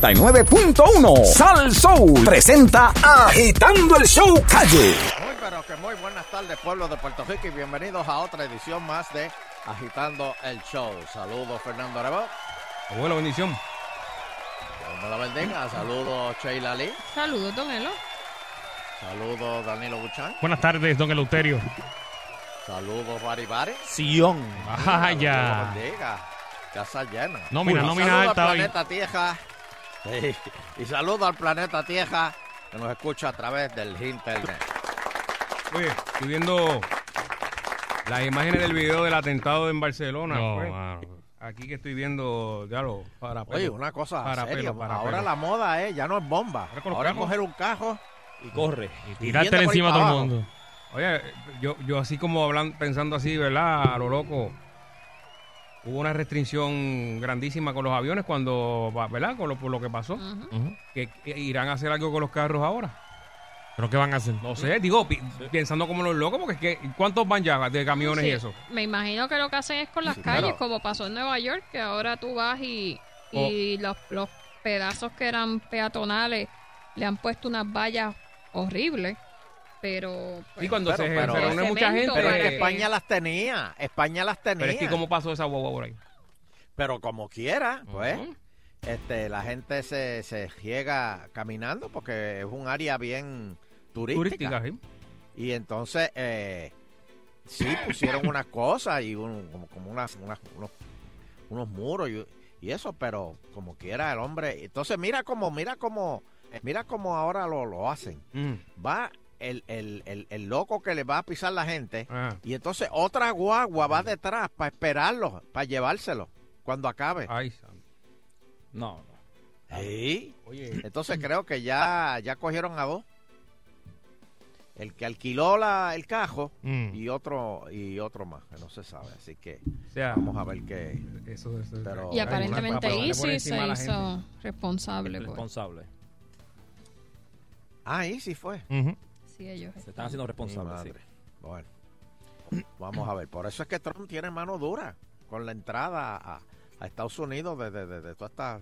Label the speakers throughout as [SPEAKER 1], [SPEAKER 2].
[SPEAKER 1] 99.1. Sal Soul presenta Agitando el Show Calle.
[SPEAKER 2] Muy pero que muy buenas tardes pueblo de Puerto Rico y bienvenidos a otra edición más de Agitando el Show. Saludos Fernando Arevalo.
[SPEAKER 3] Abuelo, bendición.
[SPEAKER 2] Dios me la bendiga. Saludos Sheila Lee.
[SPEAKER 4] Saludos, don Elo.
[SPEAKER 2] Saludos Danilo Buchan.
[SPEAKER 3] Buenas tardes, don Eleuterio.
[SPEAKER 2] Saludos Bari Bari.
[SPEAKER 3] Sion.
[SPEAKER 2] Dios
[SPEAKER 3] Vaya.
[SPEAKER 2] me la bendiga. Casa llena.
[SPEAKER 3] Nómina,
[SPEAKER 2] Un
[SPEAKER 3] nómina
[SPEAKER 2] saludo
[SPEAKER 3] alta
[SPEAKER 2] al
[SPEAKER 3] hoy.
[SPEAKER 2] planeta Tierra. Sí, Y saludo al planeta Tierra que nos escucha a través del internet.
[SPEAKER 5] Oye, estoy viendo las imágenes del video del atentado en Barcelona.
[SPEAKER 3] No, ah.
[SPEAKER 5] pues.
[SPEAKER 3] mano.
[SPEAKER 5] Aquí que estoy viendo, ya lo, para
[SPEAKER 2] Oye,
[SPEAKER 5] pelo.
[SPEAKER 2] una cosa
[SPEAKER 5] Para
[SPEAKER 2] seria, pues
[SPEAKER 5] pelo, para
[SPEAKER 2] ahora
[SPEAKER 5] pelo.
[SPEAKER 2] la moda es, ya no es bomba.
[SPEAKER 5] Ahora con los
[SPEAKER 2] Ahora es
[SPEAKER 5] carros.
[SPEAKER 2] coger un cajo y corre.
[SPEAKER 3] Y
[SPEAKER 2] Yendo por
[SPEAKER 3] tirártela
[SPEAKER 2] ahí
[SPEAKER 3] encima a
[SPEAKER 2] para
[SPEAKER 3] todo el
[SPEAKER 2] abajo.
[SPEAKER 3] mundo.
[SPEAKER 5] Oye, yo, yo así como hablan, pensando así, ¿verdad? A lo loco. Hubo una restricción grandísima con los aviones cuando, va- ¿verdad? Con lo, por lo que pasó.
[SPEAKER 2] Mm.
[SPEAKER 3] Ujú.
[SPEAKER 5] Que, que irán a hacer algo con los carros ahora.
[SPEAKER 3] ¿Pero qué van a hacer?
[SPEAKER 5] No sé, digo, pi- pensando como los locos, porque es que, ¿cuántos van ya de camiones
[SPEAKER 4] Sí,
[SPEAKER 5] y eso?
[SPEAKER 4] Me imagino que lo que hacen es con las
[SPEAKER 2] Sí,
[SPEAKER 4] calles,
[SPEAKER 2] claro.
[SPEAKER 4] como pasó en Nueva York, que ahora tú vas y, y
[SPEAKER 5] Oh.
[SPEAKER 4] los, los pedazos que eran peatonales le han puesto unas vallas horribles, pero... pues,
[SPEAKER 5] y cuando
[SPEAKER 2] pero-
[SPEAKER 5] se,
[SPEAKER 2] pero-
[SPEAKER 5] se reúne mucha
[SPEAKER 4] Cemento
[SPEAKER 5] gente. eh,
[SPEAKER 2] Pero en
[SPEAKER 4] para que-
[SPEAKER 2] España las tenía, España las tenía.
[SPEAKER 5] Pero es que cómo pasó esa guagua por ahí.
[SPEAKER 2] Pero como quiera, pues,
[SPEAKER 5] Ujú.
[SPEAKER 2] este, la gente se, se riega caminando porque es un área bien turística.
[SPEAKER 5] Turística, sí.
[SPEAKER 2] Y entonces, eh, sí, pusieron unas cosas y un- como, como unas, unas- unos, unos muros y, y eso, pero como quiera el hombre. Entonces, mira cómo, mira cómo, mira cómo ahora lo, lo hacen.
[SPEAKER 5] Mm.
[SPEAKER 2] Va el, el, el, el loco que le va a pisar la gente.
[SPEAKER 5] Ah.
[SPEAKER 2] Y entonces otra guagua va detrás para esperarlo, para llevárselo cuando acabe.
[SPEAKER 5] Ay, santo.
[SPEAKER 1] No,
[SPEAKER 2] Sí.
[SPEAKER 5] Oye,
[SPEAKER 2] Entonces creo que ya, ya cogieron a dos. El que alquiló la, el cajo
[SPEAKER 3] Mm.
[SPEAKER 2] y otro y otro más, que no se sabe. Así que
[SPEAKER 5] o sea,
[SPEAKER 2] vamos a ver qué.
[SPEAKER 5] eso, eso-
[SPEAKER 2] Pero- Ay,
[SPEAKER 4] Y aparentemente
[SPEAKER 5] una guapa, le pone
[SPEAKER 4] Isis
[SPEAKER 5] encima a
[SPEAKER 4] se
[SPEAKER 5] la
[SPEAKER 4] hizo
[SPEAKER 5] gente.
[SPEAKER 4] responsable. pues.
[SPEAKER 1] responsable.
[SPEAKER 2] Ah, ahí sí fue.
[SPEAKER 3] Ujú.
[SPEAKER 4] Sí, ellos.
[SPEAKER 1] Se están haciendo
[SPEAKER 2] Mi
[SPEAKER 1] responsables.
[SPEAKER 2] madre. Bueno, vamos a ver. Por eso es que Trump tiene mano dura con la entrada a, a Estados Unidos de, de, de, de todas estas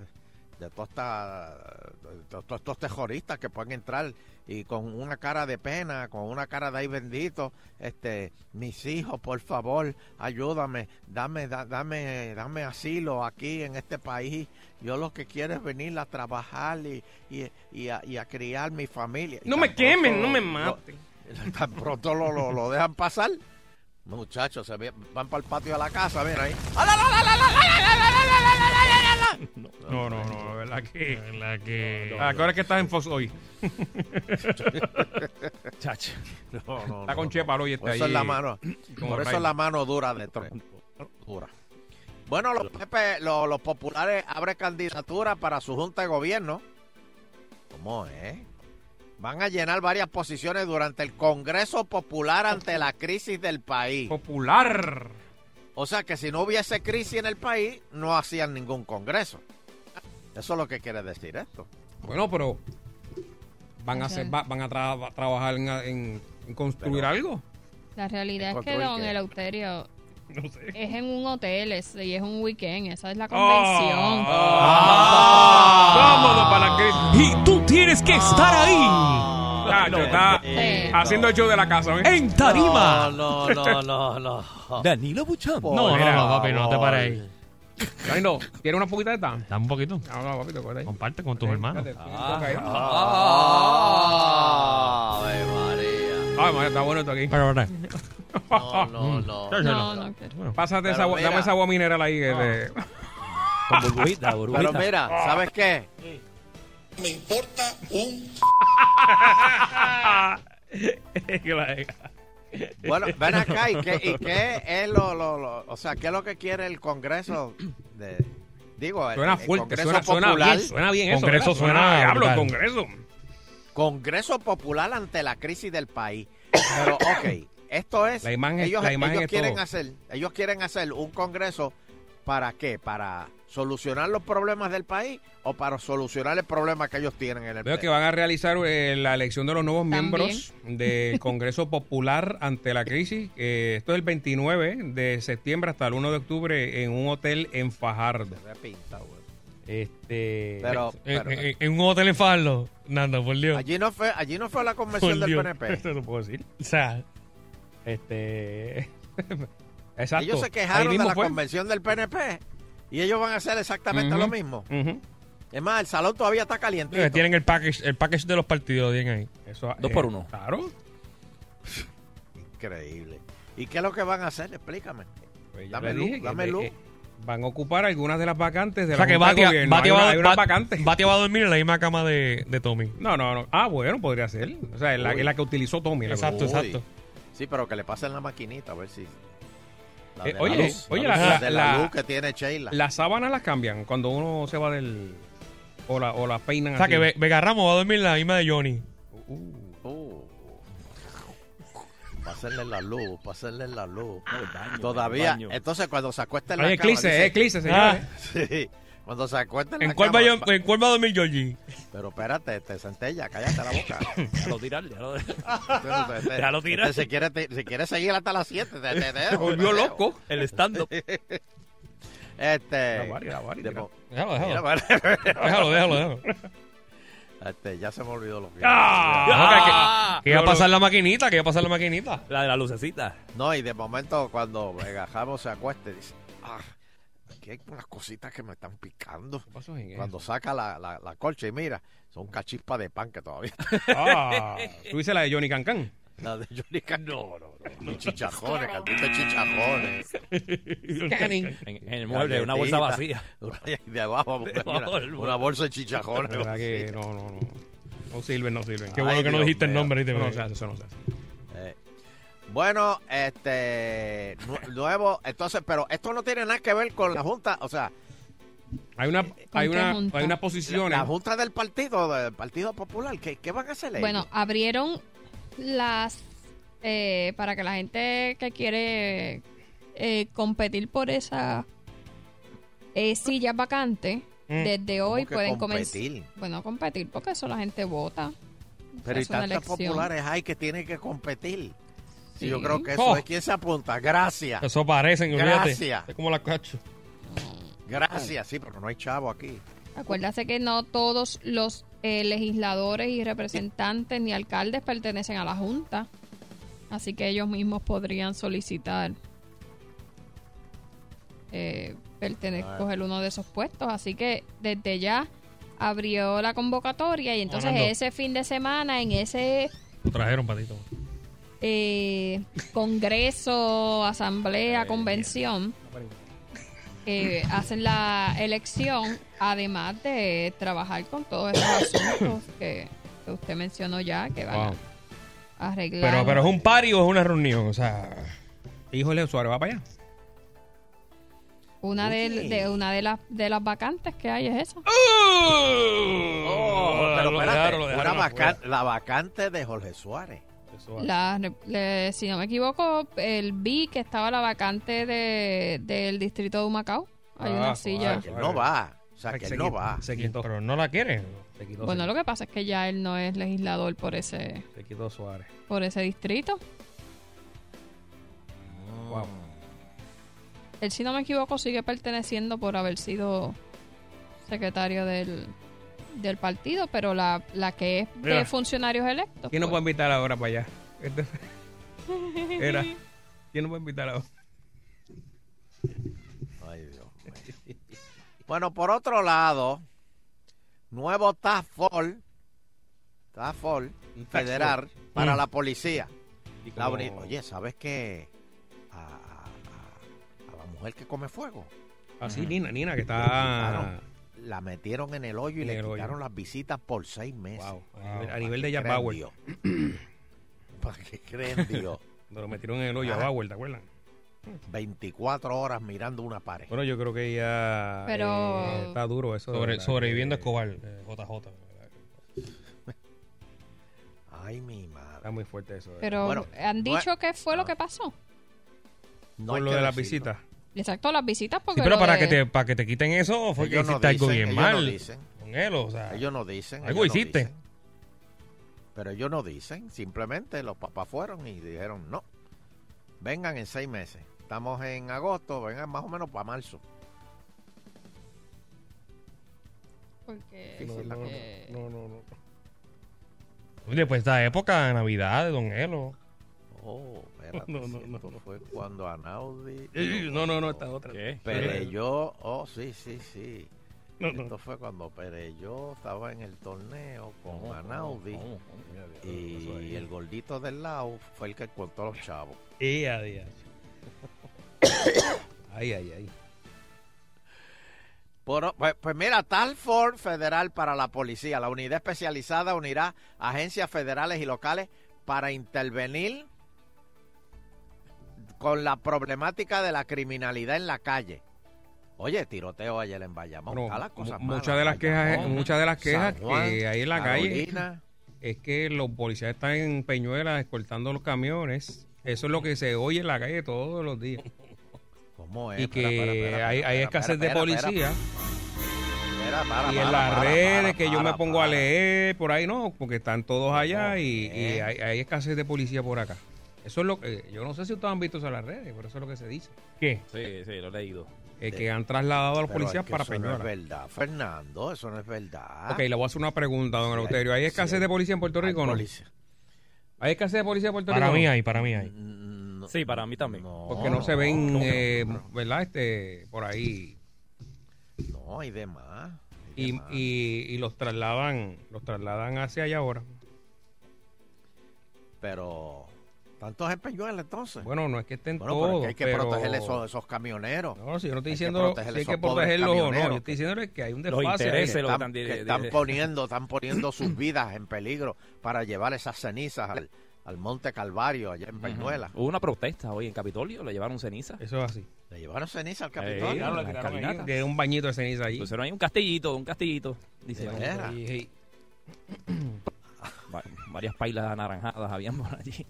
[SPEAKER 2] de todas estas- de to- todos estos terroristas que pueden entrar y con una cara de pena, con una cara de ahí bendito, este, mis hijos, por favor, ayúdame, dame, da- dame, dame asilo aquí en este país. Yo lo que quiero es venir a trabajar y, y- y a, y a criar mi familia. Y
[SPEAKER 5] No me
[SPEAKER 2] tan
[SPEAKER 5] quemen,
[SPEAKER 2] pronto
[SPEAKER 5] no me
[SPEAKER 2] lo-
[SPEAKER 5] maten.
[SPEAKER 2] Tan pronto lo, lo, lo dejan pasar. Muchachos, se ve- van para el patio de la casa, mira ahí.
[SPEAKER 5] No, no, no, la verdad que.
[SPEAKER 3] En la
[SPEAKER 2] Eh,
[SPEAKER 3] que...
[SPEAKER 5] ¿A Ah, qué hora es que estás en Fox hoy?
[SPEAKER 1] Chacho.
[SPEAKER 2] No, no,
[SPEAKER 5] Está
[SPEAKER 2] no,
[SPEAKER 5] con
[SPEAKER 2] no.
[SPEAKER 5] Chepa hoy, está
[SPEAKER 2] Por Pues eso
[SPEAKER 5] ahí.
[SPEAKER 2] es la mano.
[SPEAKER 5] Como
[SPEAKER 2] Por eso
[SPEAKER 5] Rayman.
[SPEAKER 2] es la mano dura de Trump. Dura. Bueno, los, Pepe- lo- los populares abren candidatura para su junta de gobierno. ¿Cómo es? Van a llenar varias posiciones durante el Congreso Popular ante la crisis del país.
[SPEAKER 5] Popular.
[SPEAKER 2] O sea que si no hubiese crisis en el país, no hacían ningún congreso. Eso es lo que quiere decir esto.
[SPEAKER 5] Bueno, pero. Van a, hacer, va- van a tra- trabajar en, en- en construir
[SPEAKER 2] Pero-
[SPEAKER 5] algo.
[SPEAKER 4] La realidad es que
[SPEAKER 2] Encontró el
[SPEAKER 4] Don
[SPEAKER 2] que-
[SPEAKER 4] Eleuterio
[SPEAKER 5] No sé. Ah.
[SPEAKER 4] es en un hotel es- y es un weekend, esa es la convención.
[SPEAKER 5] Cómodo para la crisis.
[SPEAKER 6] Y tú tienes que estar ahí,
[SPEAKER 5] Tacho, está
[SPEAKER 4] Sí.
[SPEAKER 5] haciendo el show de la casa. ¿ves?
[SPEAKER 6] en tarima.
[SPEAKER 1] No, no, no, no.
[SPEAKER 6] Danilo Buchan.
[SPEAKER 3] No, no,
[SPEAKER 5] Mira,
[SPEAKER 3] no, papi, no te pares ahí.
[SPEAKER 5] Danilo, ¿tienes una poquita de tan?
[SPEAKER 3] Da un poquito.
[SPEAKER 5] No, no, papito, corta ahí.
[SPEAKER 3] Comparte con tus hermanos.
[SPEAKER 5] Espérate,
[SPEAKER 2] Ah.
[SPEAKER 5] toca ahí.
[SPEAKER 2] Ave María.
[SPEAKER 5] Ay, Ah, madre, está bueno esto aquí.
[SPEAKER 3] Pero ahora...
[SPEAKER 2] No, no, no.
[SPEAKER 4] No, no quiero.
[SPEAKER 3] Bueno,
[SPEAKER 5] Pásate
[SPEAKER 2] Pero
[SPEAKER 5] esa, agua-
[SPEAKER 2] mira.
[SPEAKER 5] dame esa agua mineral ahí. Que te-
[SPEAKER 6] Con burbujita, burbujita.
[SPEAKER 2] Pero mira, ¿sabes qué?
[SPEAKER 7] me importa un
[SPEAKER 3] que la-
[SPEAKER 2] Bueno, ven acá, ¿y qué, y qué es lo, lo- lo- O sea, ¿qué es lo que quiere el Congreso? De, digo, el,
[SPEAKER 5] Suena
[SPEAKER 2] el
[SPEAKER 5] fuerte,
[SPEAKER 2] Congreso
[SPEAKER 5] suena, suena
[SPEAKER 2] Popular.
[SPEAKER 5] bien, suena bien eso.
[SPEAKER 3] Congreso
[SPEAKER 5] ¿verdad? Ah,
[SPEAKER 3] suena
[SPEAKER 5] diablo,
[SPEAKER 3] brutal.
[SPEAKER 5] Congreso.
[SPEAKER 2] Congreso Popular ante la crisis del país. Pero, ok, esto es.
[SPEAKER 5] La imagen-
[SPEAKER 2] ellos
[SPEAKER 5] la imagen
[SPEAKER 2] ellos
[SPEAKER 5] es
[SPEAKER 2] quieren
[SPEAKER 5] todo.
[SPEAKER 2] hacer, ellos quieren hacer un congreso para qué? Para solucionar los problemas del país o para solucionar el problema que ellos tienen en el
[SPEAKER 5] Veo
[SPEAKER 2] país.
[SPEAKER 5] que van a realizar eh, la elección de los nuevos
[SPEAKER 4] También.
[SPEAKER 5] miembros del Congreso Popular ante la crisis. Eh, esto es el 29 de septiembre hasta el 1 de octubre en un hotel en Fajardo.
[SPEAKER 2] Se repinta, güey.
[SPEAKER 5] Eh,
[SPEAKER 6] Este.
[SPEAKER 2] Pero,
[SPEAKER 3] En-
[SPEAKER 2] pero-
[SPEAKER 3] Eh, en, en un hotel en Farlo, Nando, por Dios.
[SPEAKER 2] allí no fue, allí no fue la
[SPEAKER 3] por
[SPEAKER 2] convención del
[SPEAKER 3] Dios.
[SPEAKER 2] PNP.
[SPEAKER 3] Esto no puedo decir. O sea,
[SPEAKER 6] Este.
[SPEAKER 5] Exacto.
[SPEAKER 2] Ellos se
[SPEAKER 5] Ahí
[SPEAKER 2] quejaron de
[SPEAKER 5] mismo
[SPEAKER 2] la
[SPEAKER 5] fue.
[SPEAKER 2] convención del PNP y ellos van a hacer exactamente
[SPEAKER 3] Ujú.
[SPEAKER 2] lo mismo.
[SPEAKER 5] Ujú.
[SPEAKER 2] Es más, el salón todavía está caliente.
[SPEAKER 3] eh, tienen el package, el package de los partidos, bien ahí.
[SPEAKER 5] Eso, eh,
[SPEAKER 6] Dos por uno.
[SPEAKER 5] Claro.
[SPEAKER 2] Increíble. ¿Y qué es lo que van a hacer? Explícame.
[SPEAKER 5] Pues ya
[SPEAKER 2] Dame
[SPEAKER 5] le
[SPEAKER 2] luz,
[SPEAKER 5] dije que-
[SPEAKER 2] dame luz.
[SPEAKER 5] van a ocupar algunas de las vacantes de
[SPEAKER 3] O sea
[SPEAKER 5] la
[SPEAKER 3] que
[SPEAKER 5] Junta de
[SPEAKER 3] Batia,
[SPEAKER 5] Gobierno.
[SPEAKER 3] Batia
[SPEAKER 5] Hay
[SPEAKER 3] va,
[SPEAKER 5] una- hay unas
[SPEAKER 3] Bat-
[SPEAKER 5] vacantes.
[SPEAKER 3] Batia va a dormir en la misma cama de, de Tommy.
[SPEAKER 5] No, no, no. Ah, bueno, podría ser. O sea, es la,
[SPEAKER 2] Uy.
[SPEAKER 5] es la que utilizó Tommy. la
[SPEAKER 3] Exacto,
[SPEAKER 2] Uy.
[SPEAKER 3] exacto.
[SPEAKER 2] Sí, pero que le pasen la maquinita, a ver si. la
[SPEAKER 5] Eh,
[SPEAKER 2] de la
[SPEAKER 5] oye,
[SPEAKER 2] luz,
[SPEAKER 5] oye,
[SPEAKER 2] la,
[SPEAKER 5] la-
[SPEAKER 2] luz- de la
[SPEAKER 5] la-
[SPEAKER 2] luz que tiene Sheila.
[SPEAKER 5] Las sábanas las cambian cuando uno se va del. O la, o la peinan.
[SPEAKER 3] O sea
[SPEAKER 5] así.
[SPEAKER 3] que Ve- Vega Ramos va a dormir en la misma de Johnny.
[SPEAKER 2] Uh. Pásenle la luz, pásenle la luz. Todavía,
[SPEAKER 6] Ah, baño.
[SPEAKER 2] entonces cuando se acuesta en la
[SPEAKER 5] Hay
[SPEAKER 2] cama,
[SPEAKER 5] eclipse,
[SPEAKER 2] dice-
[SPEAKER 5] eh, eclipse, señores.
[SPEAKER 3] Ah.
[SPEAKER 2] Sí, cuando se acuesta en,
[SPEAKER 3] ¿En
[SPEAKER 2] la
[SPEAKER 3] cuál, va,
[SPEAKER 2] cama,
[SPEAKER 3] John- ¿En cuál va a dormir Georgie?
[SPEAKER 2] Pero espérate, te centella, cállate la boca.
[SPEAKER 6] Déjalo tirarle. déjalo-
[SPEAKER 2] Este no se- este-
[SPEAKER 6] Déjalo tirar.
[SPEAKER 2] este se quiere, te- se quiere seguir hasta las 7. Te, te
[SPEAKER 5] Se
[SPEAKER 2] dejo,
[SPEAKER 5] volvió
[SPEAKER 2] te dejo.
[SPEAKER 5] loco.
[SPEAKER 6] El stand-up.
[SPEAKER 2] Este.
[SPEAKER 5] La Bari, la Bari,
[SPEAKER 2] de
[SPEAKER 5] mira.
[SPEAKER 2] mo-
[SPEAKER 3] Déjalo,
[SPEAKER 2] mira,
[SPEAKER 3] déjalo.
[SPEAKER 2] Bari.
[SPEAKER 3] Déjalo, déjalo, déjalo.
[SPEAKER 2] Este, ya se me olvidó lo que.
[SPEAKER 6] Ah,
[SPEAKER 3] Que iba a pasar la maquinita, que iba a pasar la maquinita.
[SPEAKER 6] La de la lucecita.
[SPEAKER 2] No, y de momento cuando Gajamo se acueste, dice, ah, aquí hay unas cositas que me están picando. Cuando saca la, la, la colcha y mira, son cachispas de pan que todavía
[SPEAKER 5] Ah, tú dices la de Johnny Cancán.
[SPEAKER 2] la de Johnny Can- No, no, no. Y chicharrones, caldito de chicharrones.
[SPEAKER 6] En, en el mueble, una bolsa
[SPEAKER 2] Galletita.
[SPEAKER 6] vacía.
[SPEAKER 2] Una- de abajo,
[SPEAKER 6] De abajo
[SPEAKER 2] mira,
[SPEAKER 6] del
[SPEAKER 2] una bolsa de chicharrones.
[SPEAKER 5] La verdad que no, no, no. No sirven, no sirven.
[SPEAKER 3] Qué
[SPEAKER 2] Ay,
[SPEAKER 3] bueno que no
[SPEAKER 2] Dios
[SPEAKER 3] dijiste el
[SPEAKER 2] mío.
[SPEAKER 3] nombre. ahí te
[SPEAKER 5] Eso no
[SPEAKER 3] veo.
[SPEAKER 5] se hace, eso no se hace.
[SPEAKER 2] Eh, bueno, este, nu- nuevo, entonces, pero esto no tiene nada que ver con la junta, o sea,
[SPEAKER 5] Hay una, hay
[SPEAKER 4] Eh, qué
[SPEAKER 5] una,
[SPEAKER 4] junta?
[SPEAKER 5] hay unas
[SPEAKER 2] la,
[SPEAKER 5] posiciones.
[SPEAKER 2] la junta del partido, del Partido Popular, ¿qué, qué van a hacer ellos?
[SPEAKER 4] Bueno, abrieron las eh, para que la gente que quiere eh, competir por esa eh, silla vacante
[SPEAKER 3] Mm.
[SPEAKER 4] desde
[SPEAKER 2] ¿Cómo
[SPEAKER 4] hoy
[SPEAKER 2] que
[SPEAKER 4] pueden comenzar.
[SPEAKER 2] competir.
[SPEAKER 4] Bueno, competir porque eso la gente vota.
[SPEAKER 2] Pero y
[SPEAKER 4] es una
[SPEAKER 2] tantas
[SPEAKER 4] elección.
[SPEAKER 2] populares hay que tienen que competir. Sí, Yo
[SPEAKER 4] Sí.
[SPEAKER 2] creo que eso
[SPEAKER 3] Oh.
[SPEAKER 2] es quien se apunta. Gracias.
[SPEAKER 3] Eso parecen, olvídate.
[SPEAKER 2] Gracias.
[SPEAKER 3] Es como la cacho.
[SPEAKER 2] Gracias, sí, pero no hay chavo aquí.
[SPEAKER 4] Acuérdase que no todos los eh, legisladores y representantes ni alcaldes pertenecen a la Junta, así que ellos mismos podrían solicitar eh, pertene-
[SPEAKER 2] Ah.
[SPEAKER 4] coger uno de esos puestos. Así que desde ya abrió la convocatoria y entonces
[SPEAKER 3] Orlando.
[SPEAKER 4] ese fin de semana en ese
[SPEAKER 3] Lo trajeron, patito.
[SPEAKER 4] eh, congreso, asamblea, convención, eh, hacen la elección, además de trabajar con todos esos asuntos que, que usted mencionó ya, que van
[SPEAKER 2] Ah,
[SPEAKER 3] Wow.
[SPEAKER 4] a arreglar.
[SPEAKER 3] Pero, pero es un party o es una reunión, o sea.
[SPEAKER 5] Híjole, Suárez, va para allá.
[SPEAKER 4] una de, de- una de las de las vacantes que hay es esa.
[SPEAKER 2] pero
[SPEAKER 3] Oh, lo
[SPEAKER 2] espérate,
[SPEAKER 3] dejaron, lo
[SPEAKER 2] una
[SPEAKER 3] dejaron
[SPEAKER 2] vaca- la vacante de Jorge Suárez.
[SPEAKER 4] La- le- si no me equivoco, el vi que estaba la vacante de, del distrito de Humacao. Hay
[SPEAKER 5] Ah,
[SPEAKER 4] una silla.
[SPEAKER 5] claro.
[SPEAKER 2] Que él no va. O sea, que
[SPEAKER 5] Se
[SPEAKER 2] él no
[SPEAKER 5] quitó,
[SPEAKER 2] va.
[SPEAKER 5] Se quitó.
[SPEAKER 3] Pero no la quieren.
[SPEAKER 5] Se quitó,
[SPEAKER 4] Bueno,
[SPEAKER 5] se-
[SPEAKER 4] lo que pasa es que ya él no es legislador por ese
[SPEAKER 5] se quitó Suárez.
[SPEAKER 4] por ese distrito.
[SPEAKER 2] Ah.
[SPEAKER 5] Wow.
[SPEAKER 4] Él, si no me equivoco, sigue perteneciendo por haber sido secretario del, del partido, pero la, la que es de
[SPEAKER 3] Mira.
[SPEAKER 4] funcionarios electos.
[SPEAKER 5] ¿Quién nos puede
[SPEAKER 4] pues,
[SPEAKER 5] invitar ahora para allá? Este- Era. ¿Quién nos puede invitar ahora?
[SPEAKER 2] Ay, Dios mío. Bueno, por otro lado, nuevo Task Force, Task Force Federal para
[SPEAKER 3] Mm.
[SPEAKER 2] la policía.
[SPEAKER 5] Y
[SPEAKER 2] La
[SPEAKER 5] como-
[SPEAKER 2] uni- Oye, ¿sabes qué? A, a- a- a la mujer que come fuego,
[SPEAKER 5] Así, Ah, Nina, Nina, que está.
[SPEAKER 2] Claro. la metieron en el hoyo y
[SPEAKER 5] En
[SPEAKER 2] le
[SPEAKER 5] el hoyo.
[SPEAKER 2] quitaron las visitas por seis meses.
[SPEAKER 5] Wow. A
[SPEAKER 3] Wow.
[SPEAKER 5] nivel- A nivel de
[SPEAKER 2] ¿Qué
[SPEAKER 5] Jack
[SPEAKER 2] creen
[SPEAKER 5] Bauer.
[SPEAKER 2] Dios? ¿Para qué creen Dios?
[SPEAKER 5] Cuando lo metieron en el hoyo a
[SPEAKER 2] Ah.
[SPEAKER 5] Bauer, ¿te acuerdas?
[SPEAKER 2] 24 horas mirando una pared.
[SPEAKER 5] Bueno, yo creo que ya.
[SPEAKER 4] Pero-
[SPEAKER 5] eh, está duro eso. de
[SPEAKER 3] Sobre,
[SPEAKER 5] verdad,
[SPEAKER 3] sobreviviendo a
[SPEAKER 5] que
[SPEAKER 3] Escobar, eh, JJ.
[SPEAKER 2] Ay, mi madre.
[SPEAKER 5] Está muy fuerte eso. de
[SPEAKER 4] Pero
[SPEAKER 2] Bueno,
[SPEAKER 4] han
[SPEAKER 2] no es-
[SPEAKER 4] dicho qué fue
[SPEAKER 2] Ah.
[SPEAKER 4] lo que pasó.
[SPEAKER 2] No
[SPEAKER 5] Por
[SPEAKER 2] hay
[SPEAKER 5] lo
[SPEAKER 2] que
[SPEAKER 5] de las
[SPEAKER 2] decirlo.
[SPEAKER 5] visitas.
[SPEAKER 4] Exacto, las visitas porque
[SPEAKER 3] Sí, pero
[SPEAKER 4] lo
[SPEAKER 3] para
[SPEAKER 4] de-
[SPEAKER 3] que te para que te quiten eso fue que
[SPEAKER 2] Ellos no
[SPEAKER 3] hiciste algo
[SPEAKER 2] dicen,
[SPEAKER 3] bien
[SPEAKER 2] ellos no
[SPEAKER 3] mal
[SPEAKER 2] dicen.
[SPEAKER 3] con él, o sea.
[SPEAKER 2] Ellos no dicen.
[SPEAKER 3] Algo
[SPEAKER 2] ellos no
[SPEAKER 3] hiciste.
[SPEAKER 2] dicen. Pero ellos no dicen. Simplemente los papás fueron y dijeron, no, vengan en seis meses. Estamos en agosto, vengan más o menos para marzo.
[SPEAKER 4] Porque.
[SPEAKER 2] Sí, sí, la-
[SPEAKER 4] eh,
[SPEAKER 5] No, no, no.
[SPEAKER 3] Después de pues, esta época de Navidad de Don Elo.
[SPEAKER 2] Oh, espérate,
[SPEAKER 5] No, no,
[SPEAKER 2] si
[SPEAKER 5] no,
[SPEAKER 2] esto
[SPEAKER 5] no.
[SPEAKER 2] Fue cuando Anaudi.
[SPEAKER 5] Eh, No, no, no, esta otra.
[SPEAKER 6] ¿Qué?
[SPEAKER 2] Pereyó, oh, sí, sí, sí.
[SPEAKER 5] No, no.
[SPEAKER 2] Esto fue cuando Pereyó estaba en el torneo con
[SPEAKER 6] ¿Cómo,
[SPEAKER 2] Anaudi.
[SPEAKER 6] cómo, cómo?
[SPEAKER 2] Y el gordito del lado fue el que contó a los chavos.
[SPEAKER 5] Eh, adiós. Ay, ay, ay.
[SPEAKER 2] Por- pues, pues mira, tal Ford Federal para la Policía, la unidad especializada unirá agencias federales y locales para intervenir con la problemática de la criminalidad en la calle. Oye, tiroteo ayer en Bayamón.
[SPEAKER 5] Bueno,
[SPEAKER 2] está la cosa
[SPEAKER 5] mu-
[SPEAKER 2] mala,
[SPEAKER 5] muchas de las quejas,
[SPEAKER 2] Bayamón,
[SPEAKER 5] muchas de las quejas
[SPEAKER 2] San Juan,
[SPEAKER 5] que hay en la calle
[SPEAKER 2] Carolina.
[SPEAKER 5] es que los policías están en Peñuelas escoltando los camiones. Eso es lo que se oye en la calle todos los días.
[SPEAKER 2] ¿Cómo es?
[SPEAKER 5] Y
[SPEAKER 2] Espera, espera,
[SPEAKER 5] que
[SPEAKER 2] espera,
[SPEAKER 5] hay,
[SPEAKER 2] espera,
[SPEAKER 5] hay
[SPEAKER 2] espera,
[SPEAKER 5] escasez de
[SPEAKER 2] espera, espera,
[SPEAKER 5] policía.
[SPEAKER 2] espera, para,
[SPEAKER 5] Y en
[SPEAKER 2] para,
[SPEAKER 5] las
[SPEAKER 2] para,
[SPEAKER 5] redes
[SPEAKER 2] para,
[SPEAKER 5] que yo me
[SPEAKER 2] para,
[SPEAKER 5] pongo a
[SPEAKER 2] para.
[SPEAKER 5] leer por ahí, no, porque están todos allá y, y
[SPEAKER 2] eh.
[SPEAKER 5] hay, hay escasez de policía por acá. Eso es lo que. Yo no sé si ustedes han visto eso en las redes, pero eso es lo que se dice.
[SPEAKER 3] ¿Qué?
[SPEAKER 6] Sí, sí, lo he leído.
[SPEAKER 5] Eh,
[SPEAKER 2] Sí.
[SPEAKER 5] que han trasladado a los
[SPEAKER 2] Pero
[SPEAKER 5] policías
[SPEAKER 2] es que
[SPEAKER 5] para
[SPEAKER 2] eso no es
[SPEAKER 5] Peñuelas.
[SPEAKER 2] verdad, Fernando, eso no es verdad.
[SPEAKER 5] Ok, le voy a hacer una pregunta, don
[SPEAKER 2] Sí,
[SPEAKER 5] Eleuterio. ¿Hay
[SPEAKER 2] sí,
[SPEAKER 5] escasez
[SPEAKER 2] hay-
[SPEAKER 5] de policía en Puerto
[SPEAKER 2] Hay
[SPEAKER 5] Rico o no?
[SPEAKER 2] policía.
[SPEAKER 5] ¿Hay escasez de policía en Puerto
[SPEAKER 3] Para
[SPEAKER 5] Rico?
[SPEAKER 3] mí
[SPEAKER 5] no?
[SPEAKER 3] hay, para mí hay.
[SPEAKER 2] Mm, no-
[SPEAKER 6] Sí, para mí también.
[SPEAKER 5] Porque no, se ven, eh, ¿verdad? Este, por ahí.
[SPEAKER 2] No, y demás.
[SPEAKER 5] Y, y- y los trasladan los trasladan hacia allá ahora.
[SPEAKER 2] Pero. ¿Tantos en Peñuela, entonces?
[SPEAKER 5] Bueno, no es que estén
[SPEAKER 2] Bueno, pero es
[SPEAKER 5] todos.
[SPEAKER 2] que hay que
[SPEAKER 5] pero-
[SPEAKER 2] proteger esos, esos camioneros.
[SPEAKER 5] No, si yo no estoy
[SPEAKER 2] Hay que
[SPEAKER 5] diciendo si
[SPEAKER 2] proteger
[SPEAKER 5] hay
[SPEAKER 2] esos
[SPEAKER 5] que
[SPEAKER 2] pobres
[SPEAKER 5] protegerlos o no.
[SPEAKER 2] camioneros
[SPEAKER 5] Yo
[SPEAKER 2] que-
[SPEAKER 5] estoy diciéndole que hay un
[SPEAKER 6] Los
[SPEAKER 5] desfase. ahí.
[SPEAKER 6] intereses.
[SPEAKER 2] Que
[SPEAKER 6] lo
[SPEAKER 2] están,
[SPEAKER 6] están de-
[SPEAKER 2] que
[SPEAKER 6] de-
[SPEAKER 2] están
[SPEAKER 6] de-
[SPEAKER 2] poniendo, están poniendo sus vidas en peligro para llevar esas cenizas al, al Monte Calvario, allá en Peñuela.
[SPEAKER 6] Hubo una protesta hoy en Capitolio, le llevaron ceniza.
[SPEAKER 5] Eso es así.
[SPEAKER 2] Le llevaron ceniza al
[SPEAKER 6] Eh,
[SPEAKER 2] Capitolio.
[SPEAKER 6] la
[SPEAKER 5] Ahí,
[SPEAKER 6] caminata.
[SPEAKER 5] de un bañito de ceniza allí.
[SPEAKER 2] Pues,
[SPEAKER 6] Pusieron ahí un castillito, un castillito. Dice,
[SPEAKER 2] ¿De veras?
[SPEAKER 5] Y- y-
[SPEAKER 6] va- varias pailas anaranjadas habían por allí.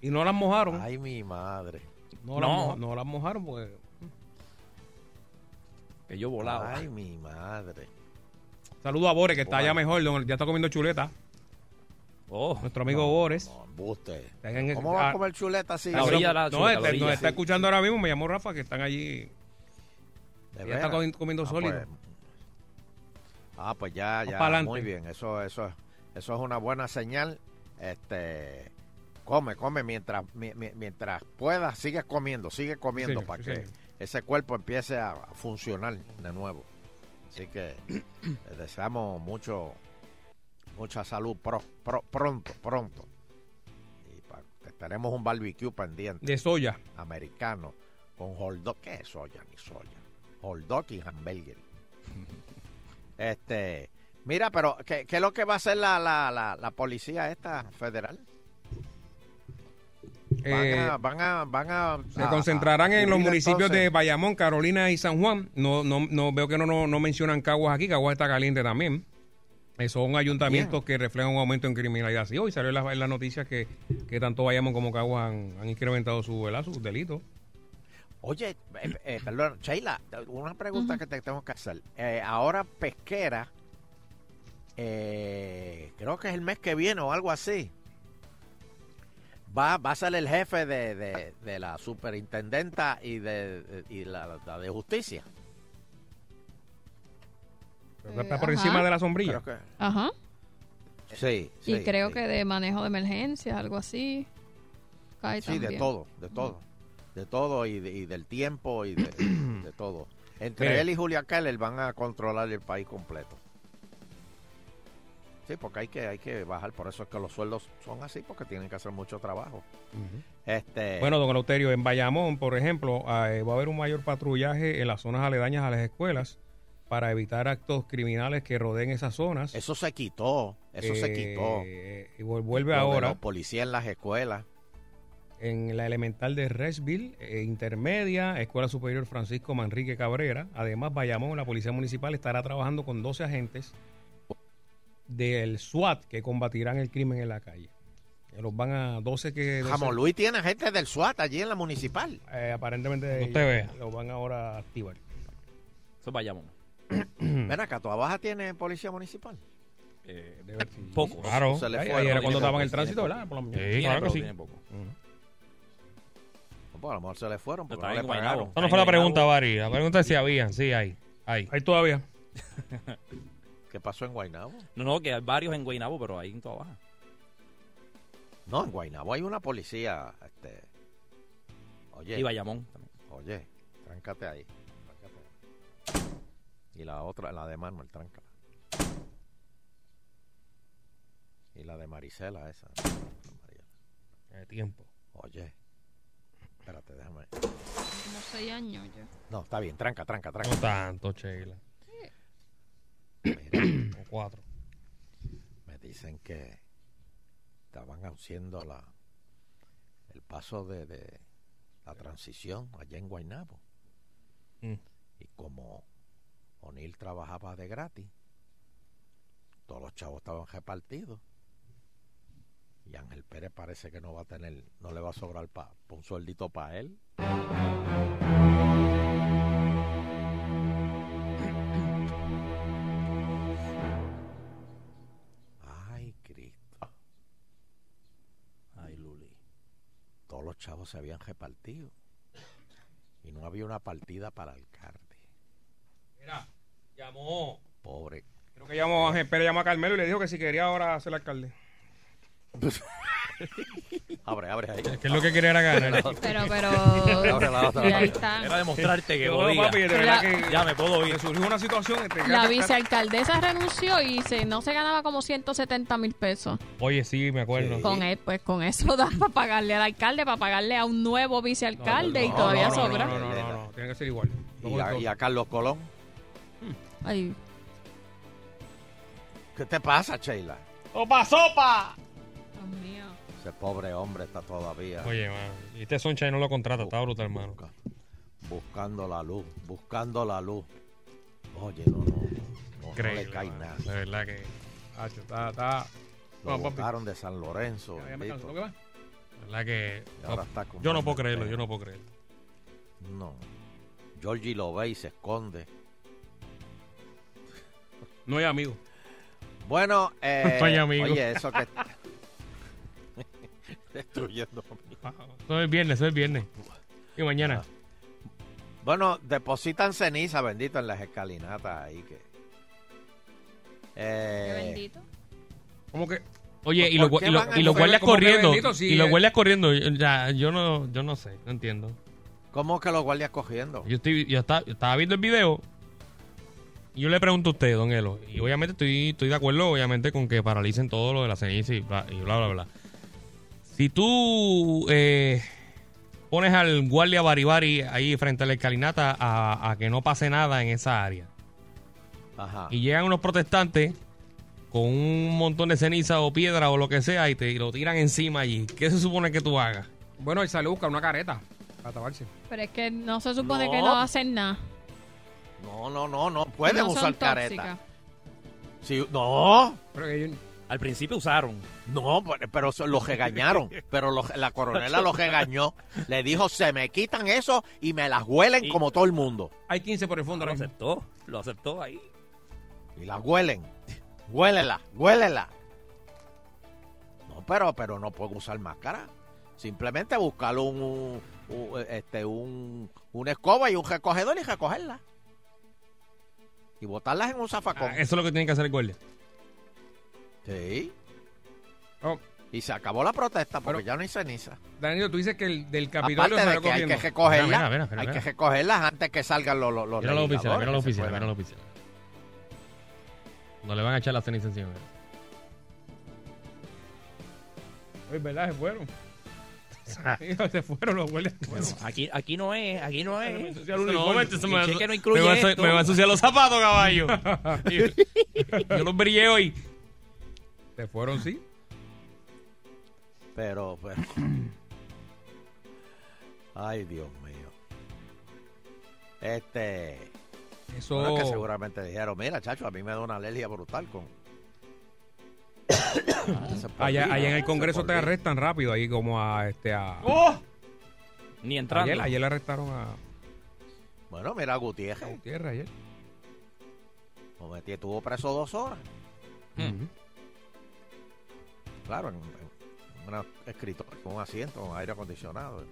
[SPEAKER 5] y no las mojaron.
[SPEAKER 2] Ay, mi madre.
[SPEAKER 5] no, Las
[SPEAKER 6] no.
[SPEAKER 5] mojaron, no las mojaron pues. porque
[SPEAKER 6] Que yo volaba.
[SPEAKER 2] Ay, mi madre.
[SPEAKER 5] Saludo a Bores, que está
[SPEAKER 2] Wow.
[SPEAKER 5] allá mejor, don- ya está comiendo chuleta.
[SPEAKER 6] Oh,
[SPEAKER 5] Nuestro amigo Bores.
[SPEAKER 2] No, embuste.
[SPEAKER 5] Está en-
[SPEAKER 2] ¿Cómo va
[SPEAKER 5] ah,
[SPEAKER 2] a comer chuleta así?
[SPEAKER 6] La orilla, la
[SPEAKER 5] no,
[SPEAKER 6] chuleta,
[SPEAKER 5] este-
[SPEAKER 6] la orilla.
[SPEAKER 5] nos está escuchando ahora mismo, me llamó Rafa, que están allí.
[SPEAKER 2] ¿De
[SPEAKER 5] Ya está
[SPEAKER 2] veras?
[SPEAKER 5] comi- comiendo sólido.
[SPEAKER 2] Pues, ah, pues ya, ya,
[SPEAKER 5] pa'lante.
[SPEAKER 2] muy bien. Eso, eso, es- eso es una buena señal. Este, come, come mientras, mi- mi- mientras puedas, sigue comiendo, sigue comiendo
[SPEAKER 5] Sí,
[SPEAKER 2] para
[SPEAKER 5] sí,
[SPEAKER 2] que
[SPEAKER 5] sí.
[SPEAKER 2] ese cuerpo empiece a a funcionar de nuevo. Así que eh, deseamos mucho, mucha salud pro- pro- pronto, pronto. Y pa- tenemos un barbecue pendiente
[SPEAKER 5] De soya.
[SPEAKER 2] americano con hot dog. ¿Qué es soya ni soya? Hot dog y hamburger. Este, mira, pero ¿qué, qué es lo que va a hacer la, la, la, la policía esta federal? Van
[SPEAKER 5] Eh,
[SPEAKER 2] a, van a, van a-
[SPEAKER 5] se
[SPEAKER 2] a-
[SPEAKER 5] concentrarán
[SPEAKER 2] a
[SPEAKER 5] en los
[SPEAKER 2] cubrir,
[SPEAKER 5] municipios de
[SPEAKER 2] entonces.
[SPEAKER 5] Bayamón, Carolina y San Juan. No, no, no veo que no, no, no mencionan Caguas aquí. Caguas está caliente también. Eh, son ayuntamientos que reflejan un aumento en criminalidad. Sí, hoy salió en las, en las noticias que, que tanto Bayamón como Caguas han, han incrementado su, ¿verdad? sus delitos.
[SPEAKER 2] Oye, eh, eh, perdón, Sheila, una pregunta que te tengo que hacer. Eh, ahora pesquera, eh, creo que es el mes que viene o algo así. Va, va a ser el jefe de, de- de la superintendenta y de y la, la de justicia.
[SPEAKER 5] Pero
[SPEAKER 4] Eh,
[SPEAKER 5] está por
[SPEAKER 4] ajá.
[SPEAKER 5] encima de la sombrilla.
[SPEAKER 2] Creo que-
[SPEAKER 4] Ajá.
[SPEAKER 2] sí, sí.
[SPEAKER 4] y creo
[SPEAKER 2] sí.
[SPEAKER 4] que de manejo de emergencias, algo así. Cae
[SPEAKER 2] Sí, de
[SPEAKER 4] también.
[SPEAKER 2] todo, de todo. De todo y, de- y del tiempo y de, de todo. Entre
[SPEAKER 5] Mire.
[SPEAKER 2] él y Julia Keller van a controlar el país completo. Sí, porque hay que, hay que bajar. Por eso es que los sueldos son así, porque tienen que hacer mucho trabajo. Este,
[SPEAKER 5] Eh. Bueno, don Eleuterio, en Bayamón, por ejemplo, eh, va a haber un mayor patrullaje en las zonas aledañas a las escuelas para evitar actos criminales que rodeen esas zonas.
[SPEAKER 2] eso se quitó, eso se quitó.
[SPEAKER 5] Eh, Y vu- vuelve
[SPEAKER 2] Lo de
[SPEAKER 5] ahora
[SPEAKER 2] Los policías en las escuelas.
[SPEAKER 5] en la elemental de Resville, eh, intermedia, Escuela Superior Francisco Manrique Cabrera. Además, Bayamón, la Policía Municipal, estará trabajando con 12 agentes del SWAT que combatirán el crimen en la calle. Eh, Los van a 12 que... 12
[SPEAKER 2] Jamón Luis tiene gente del SWAT allí en la municipal.
[SPEAKER 5] eh, aparentemente
[SPEAKER 3] No te vea.
[SPEAKER 5] los van ahora a activar.
[SPEAKER 6] eso es Bayamón.
[SPEAKER 5] Mm.
[SPEAKER 2] Ven acá, ¿tu abaja tiene policía municipal?
[SPEAKER 6] Eh,
[SPEAKER 5] Debe haber sido-
[SPEAKER 6] poco.
[SPEAKER 3] Claro.
[SPEAKER 2] Se le
[SPEAKER 5] Ay,
[SPEAKER 2] fue,
[SPEAKER 5] ahí
[SPEAKER 2] no tiene
[SPEAKER 5] era cuando estaban en el
[SPEAKER 2] policía,
[SPEAKER 5] tránsito,
[SPEAKER 2] tiene
[SPEAKER 5] ¿verdad? Por lo menos.
[SPEAKER 3] Sí, claro que sí.
[SPEAKER 6] Tiene poco.
[SPEAKER 2] Bueno, Pues, a lo mejor se le fueron,
[SPEAKER 6] No,
[SPEAKER 2] porque
[SPEAKER 6] está
[SPEAKER 2] no,
[SPEAKER 6] bien
[SPEAKER 2] le
[SPEAKER 6] como en
[SPEAKER 2] pagaron.
[SPEAKER 6] Nabo.
[SPEAKER 3] Esa no fue la pregunta, Bari. La pregunta es si habían. Sí, hay. Hay.
[SPEAKER 5] Ahí todavía.
[SPEAKER 2] ¿Qué pasó en Guaynabo?
[SPEAKER 6] No, no, que hay varios en Guaynabo, pero ahí en toda baja.
[SPEAKER 2] No, en Guaynabo hay una policía. Este... Oye,
[SPEAKER 6] Y Bayamón también.
[SPEAKER 2] oye, tráncate ahí. tráncate ahí. Y la otra, la de Manuel, tráncala. Y la de Marisela, esa. María.
[SPEAKER 3] Eh, tiempo.
[SPEAKER 2] Oye, espérate, déjame.
[SPEAKER 4] Como seis años ya.
[SPEAKER 2] No, está bien, tranca, tranca,
[SPEAKER 3] No
[SPEAKER 2] tranca.
[SPEAKER 3] tanto, Sheila.
[SPEAKER 2] Mira,
[SPEAKER 3] O cuatro.
[SPEAKER 2] me dicen que estaban haciendo la, el paso de, de la transición allá en Guaynabo.
[SPEAKER 3] Mm.
[SPEAKER 2] Y como O'Neill trabajaba de gratis, todos los chavos estaban repartidos. Y Ángel Pérez parece que no va a tener, no le va a sobrar pa, pa un sueldito para él. Ay, Cristo.
[SPEAKER 6] Ay, Luli.
[SPEAKER 2] Todos los chavos se habían repartido. Y no había una partida para alcalde.
[SPEAKER 5] Mira, llamó.
[SPEAKER 2] Pobre.
[SPEAKER 5] Creo que llamó a Ángel Pérez, llamó a Carmelo y le dijo que si quería ahora ser alcalde.
[SPEAKER 2] Abre, abre ahí.
[SPEAKER 3] Es que es lo que quería era ganar.
[SPEAKER 4] Pero, pero.
[SPEAKER 2] Ahora la otra,
[SPEAKER 4] y
[SPEAKER 2] la
[SPEAKER 4] ahí
[SPEAKER 2] otra.
[SPEAKER 4] está.
[SPEAKER 6] Era demostrarte que
[SPEAKER 5] Yo,
[SPEAKER 6] podía.
[SPEAKER 5] papi, de verdad
[SPEAKER 4] La-
[SPEAKER 5] que
[SPEAKER 6] Ya me puedo ir.
[SPEAKER 5] me surgió una situación entre
[SPEAKER 4] La vicealcaldesa renunció y se, no se ganaba como 170 mil pesos.
[SPEAKER 3] Oye, sí, me acuerdo.
[SPEAKER 2] Sí.
[SPEAKER 4] Con él, pues con eso da para pagarle al alcalde, para pagarle a un nuevo vicealcalde y
[SPEAKER 5] No,
[SPEAKER 4] todavía
[SPEAKER 5] no, no,
[SPEAKER 4] sobra.
[SPEAKER 5] No, no, no, no, no, tiene que ser igual.
[SPEAKER 2] Y a, y a Carlos Colón.
[SPEAKER 4] Ay,
[SPEAKER 2] ¿Qué te pasa, Sheila?
[SPEAKER 4] Dios mío.
[SPEAKER 2] Ese pobre hombre está todavía
[SPEAKER 3] Oye, man. Y este Soncha no lo contrata, está brutal, hermano.
[SPEAKER 2] busca- buscando la luz, buscando la luz. Oye, no, no, no, no le
[SPEAKER 3] Increíble,
[SPEAKER 2] cae
[SPEAKER 3] mano.
[SPEAKER 2] nada.
[SPEAKER 3] De verdad que.
[SPEAKER 5] Hacho, está, está.
[SPEAKER 2] Lo
[SPEAKER 5] Bueno, papi.
[SPEAKER 2] buscaron de San Lorenzo,
[SPEAKER 5] Ya, ya me
[SPEAKER 2] bendito,
[SPEAKER 5] canso. ¿Lo que va?
[SPEAKER 3] de verdad que
[SPEAKER 2] y ahora está con
[SPEAKER 3] yo no
[SPEAKER 2] Manuel
[SPEAKER 3] puedo creerlo,
[SPEAKER 2] Pérez.
[SPEAKER 3] yo no puedo creerlo.
[SPEAKER 2] No. Georgie lo ve y se esconde.
[SPEAKER 5] No hay amigo.
[SPEAKER 2] Bueno, eh,
[SPEAKER 3] Ay, amigo.
[SPEAKER 2] oye, eso que... Destruyendo.
[SPEAKER 3] Ah, Eso es viernes, eso es viernes. Y mañana.
[SPEAKER 2] Bueno, depositan ceniza, bendito, en las escalinatas ahí que...
[SPEAKER 4] Qué
[SPEAKER 2] Eh,
[SPEAKER 4] bendito.
[SPEAKER 5] ¿Cómo que?
[SPEAKER 3] Oye, y,
[SPEAKER 2] ¿Por
[SPEAKER 3] los gua-
[SPEAKER 2] qué
[SPEAKER 3] y los-
[SPEAKER 2] van a-
[SPEAKER 3] y los
[SPEAKER 5] Pero
[SPEAKER 3] guardias
[SPEAKER 5] como que
[SPEAKER 3] corriendo.
[SPEAKER 5] bendito, sí,
[SPEAKER 3] y los
[SPEAKER 5] eh.
[SPEAKER 3] guardias corriendo. yo- Ya, yo no, yo no sé, no entiendo.
[SPEAKER 2] ¿Cómo que los guardias cogiendo?
[SPEAKER 3] Yo, estoy, yo, estaba, yo estaba viendo el video. Y yo le pregunto a usted, don Elo. Y obviamente estoy, estoy de acuerdo, obviamente, con que paralicen todo lo de la ceniza y bla, y bla, bla, bla. Si tú eh, pones al guardia Baribari ahí frente a la escalinata a, a que no pase nada en esa área.
[SPEAKER 2] Ajá.
[SPEAKER 3] Y llegan unos protestantes con un montón de ceniza o piedra o lo que sea y te y lo tiran encima allí. ¿Qué se supone que tú hagas?
[SPEAKER 5] Bueno, él sale a buscar una careta para taparse.
[SPEAKER 4] Pero es que no se supone
[SPEAKER 2] No.
[SPEAKER 4] que no hacen nada.
[SPEAKER 2] No, no, no, no pueden
[SPEAKER 4] no
[SPEAKER 2] usar
[SPEAKER 4] son
[SPEAKER 2] careta.
[SPEAKER 4] tóxicas.
[SPEAKER 2] Sí, no,
[SPEAKER 5] Pero que yo-
[SPEAKER 6] Al principio usaron.
[SPEAKER 2] no, pero- pero eso- los regañaron. Pero los- la coronela los regañó. Le dijo, se me quitan eso y me las huelen
[SPEAKER 6] Y-
[SPEAKER 2] como todo el mundo.
[SPEAKER 5] hay 15 por el fondo.
[SPEAKER 6] Lo
[SPEAKER 5] ahora mismo.
[SPEAKER 6] aceptó. Lo aceptó ahí.
[SPEAKER 2] Y las huelen. Huélela, huélela. No, pero, pero no pueden usar máscara. Simplemente buscar un, un- un- este, un, una escoba y un recogedor y recogerla. Y botarlas en un zafacón.
[SPEAKER 3] Ah, eso es lo que tiene que hacer el guardia.
[SPEAKER 2] Sí.
[SPEAKER 5] Oh,
[SPEAKER 2] Y se acabó la protesta porque
[SPEAKER 5] Pero-
[SPEAKER 2] ya no hay ceniza.
[SPEAKER 5] Daniel, tú dices que el del Capitolio
[SPEAKER 2] Aparte de
[SPEAKER 5] salió
[SPEAKER 2] que hay que
[SPEAKER 5] corriendo.
[SPEAKER 2] recogerlas,
[SPEAKER 3] Mira, mira, mira,
[SPEAKER 2] hay que
[SPEAKER 3] mira.
[SPEAKER 2] recogerlas antes que salgan los los los
[SPEAKER 3] Mira la oficina,
[SPEAKER 2] legisladores
[SPEAKER 3] mira la
[SPEAKER 2] que se
[SPEAKER 3] oficina,
[SPEAKER 2] puedan-
[SPEAKER 3] mira la oficina. No le van a echar la eh. ceniza encima.
[SPEAKER 5] Ay, ¿verdad? Se fueron. Hijo, se fueron los hueles.
[SPEAKER 6] Aquí, aquí no es, aquí no es.
[SPEAKER 3] No, esto
[SPEAKER 6] El
[SPEAKER 3] va a-
[SPEAKER 6] cheque no incluye
[SPEAKER 3] este me va a ensu-
[SPEAKER 6] esto.
[SPEAKER 3] me va a ensuciar los zapatos, caballo. yo, yo los brillé hoy.
[SPEAKER 5] Se fueron, sí.
[SPEAKER 2] Pero, pero- Ay, Dios mío. Este...
[SPEAKER 5] Eso.
[SPEAKER 2] bueno, es que seguramente dijeron, mira, chacho, a mí me da una alergia brutal con...
[SPEAKER 5] Allá, allá en el Congreso te
[SPEAKER 2] terrestre
[SPEAKER 5] arrestan rápido, ahí como a este a.
[SPEAKER 6] Ni entrando.
[SPEAKER 5] Ayer, ayer le arrestaron a
[SPEAKER 2] Bueno, mira, Gutiérrez.
[SPEAKER 5] Gutiérrez ayer.
[SPEAKER 2] Lo metí, estuvo preso dos horas.
[SPEAKER 6] Mm.
[SPEAKER 2] Claro, en, en un escritorio, con un asiento, con aire acondicionado.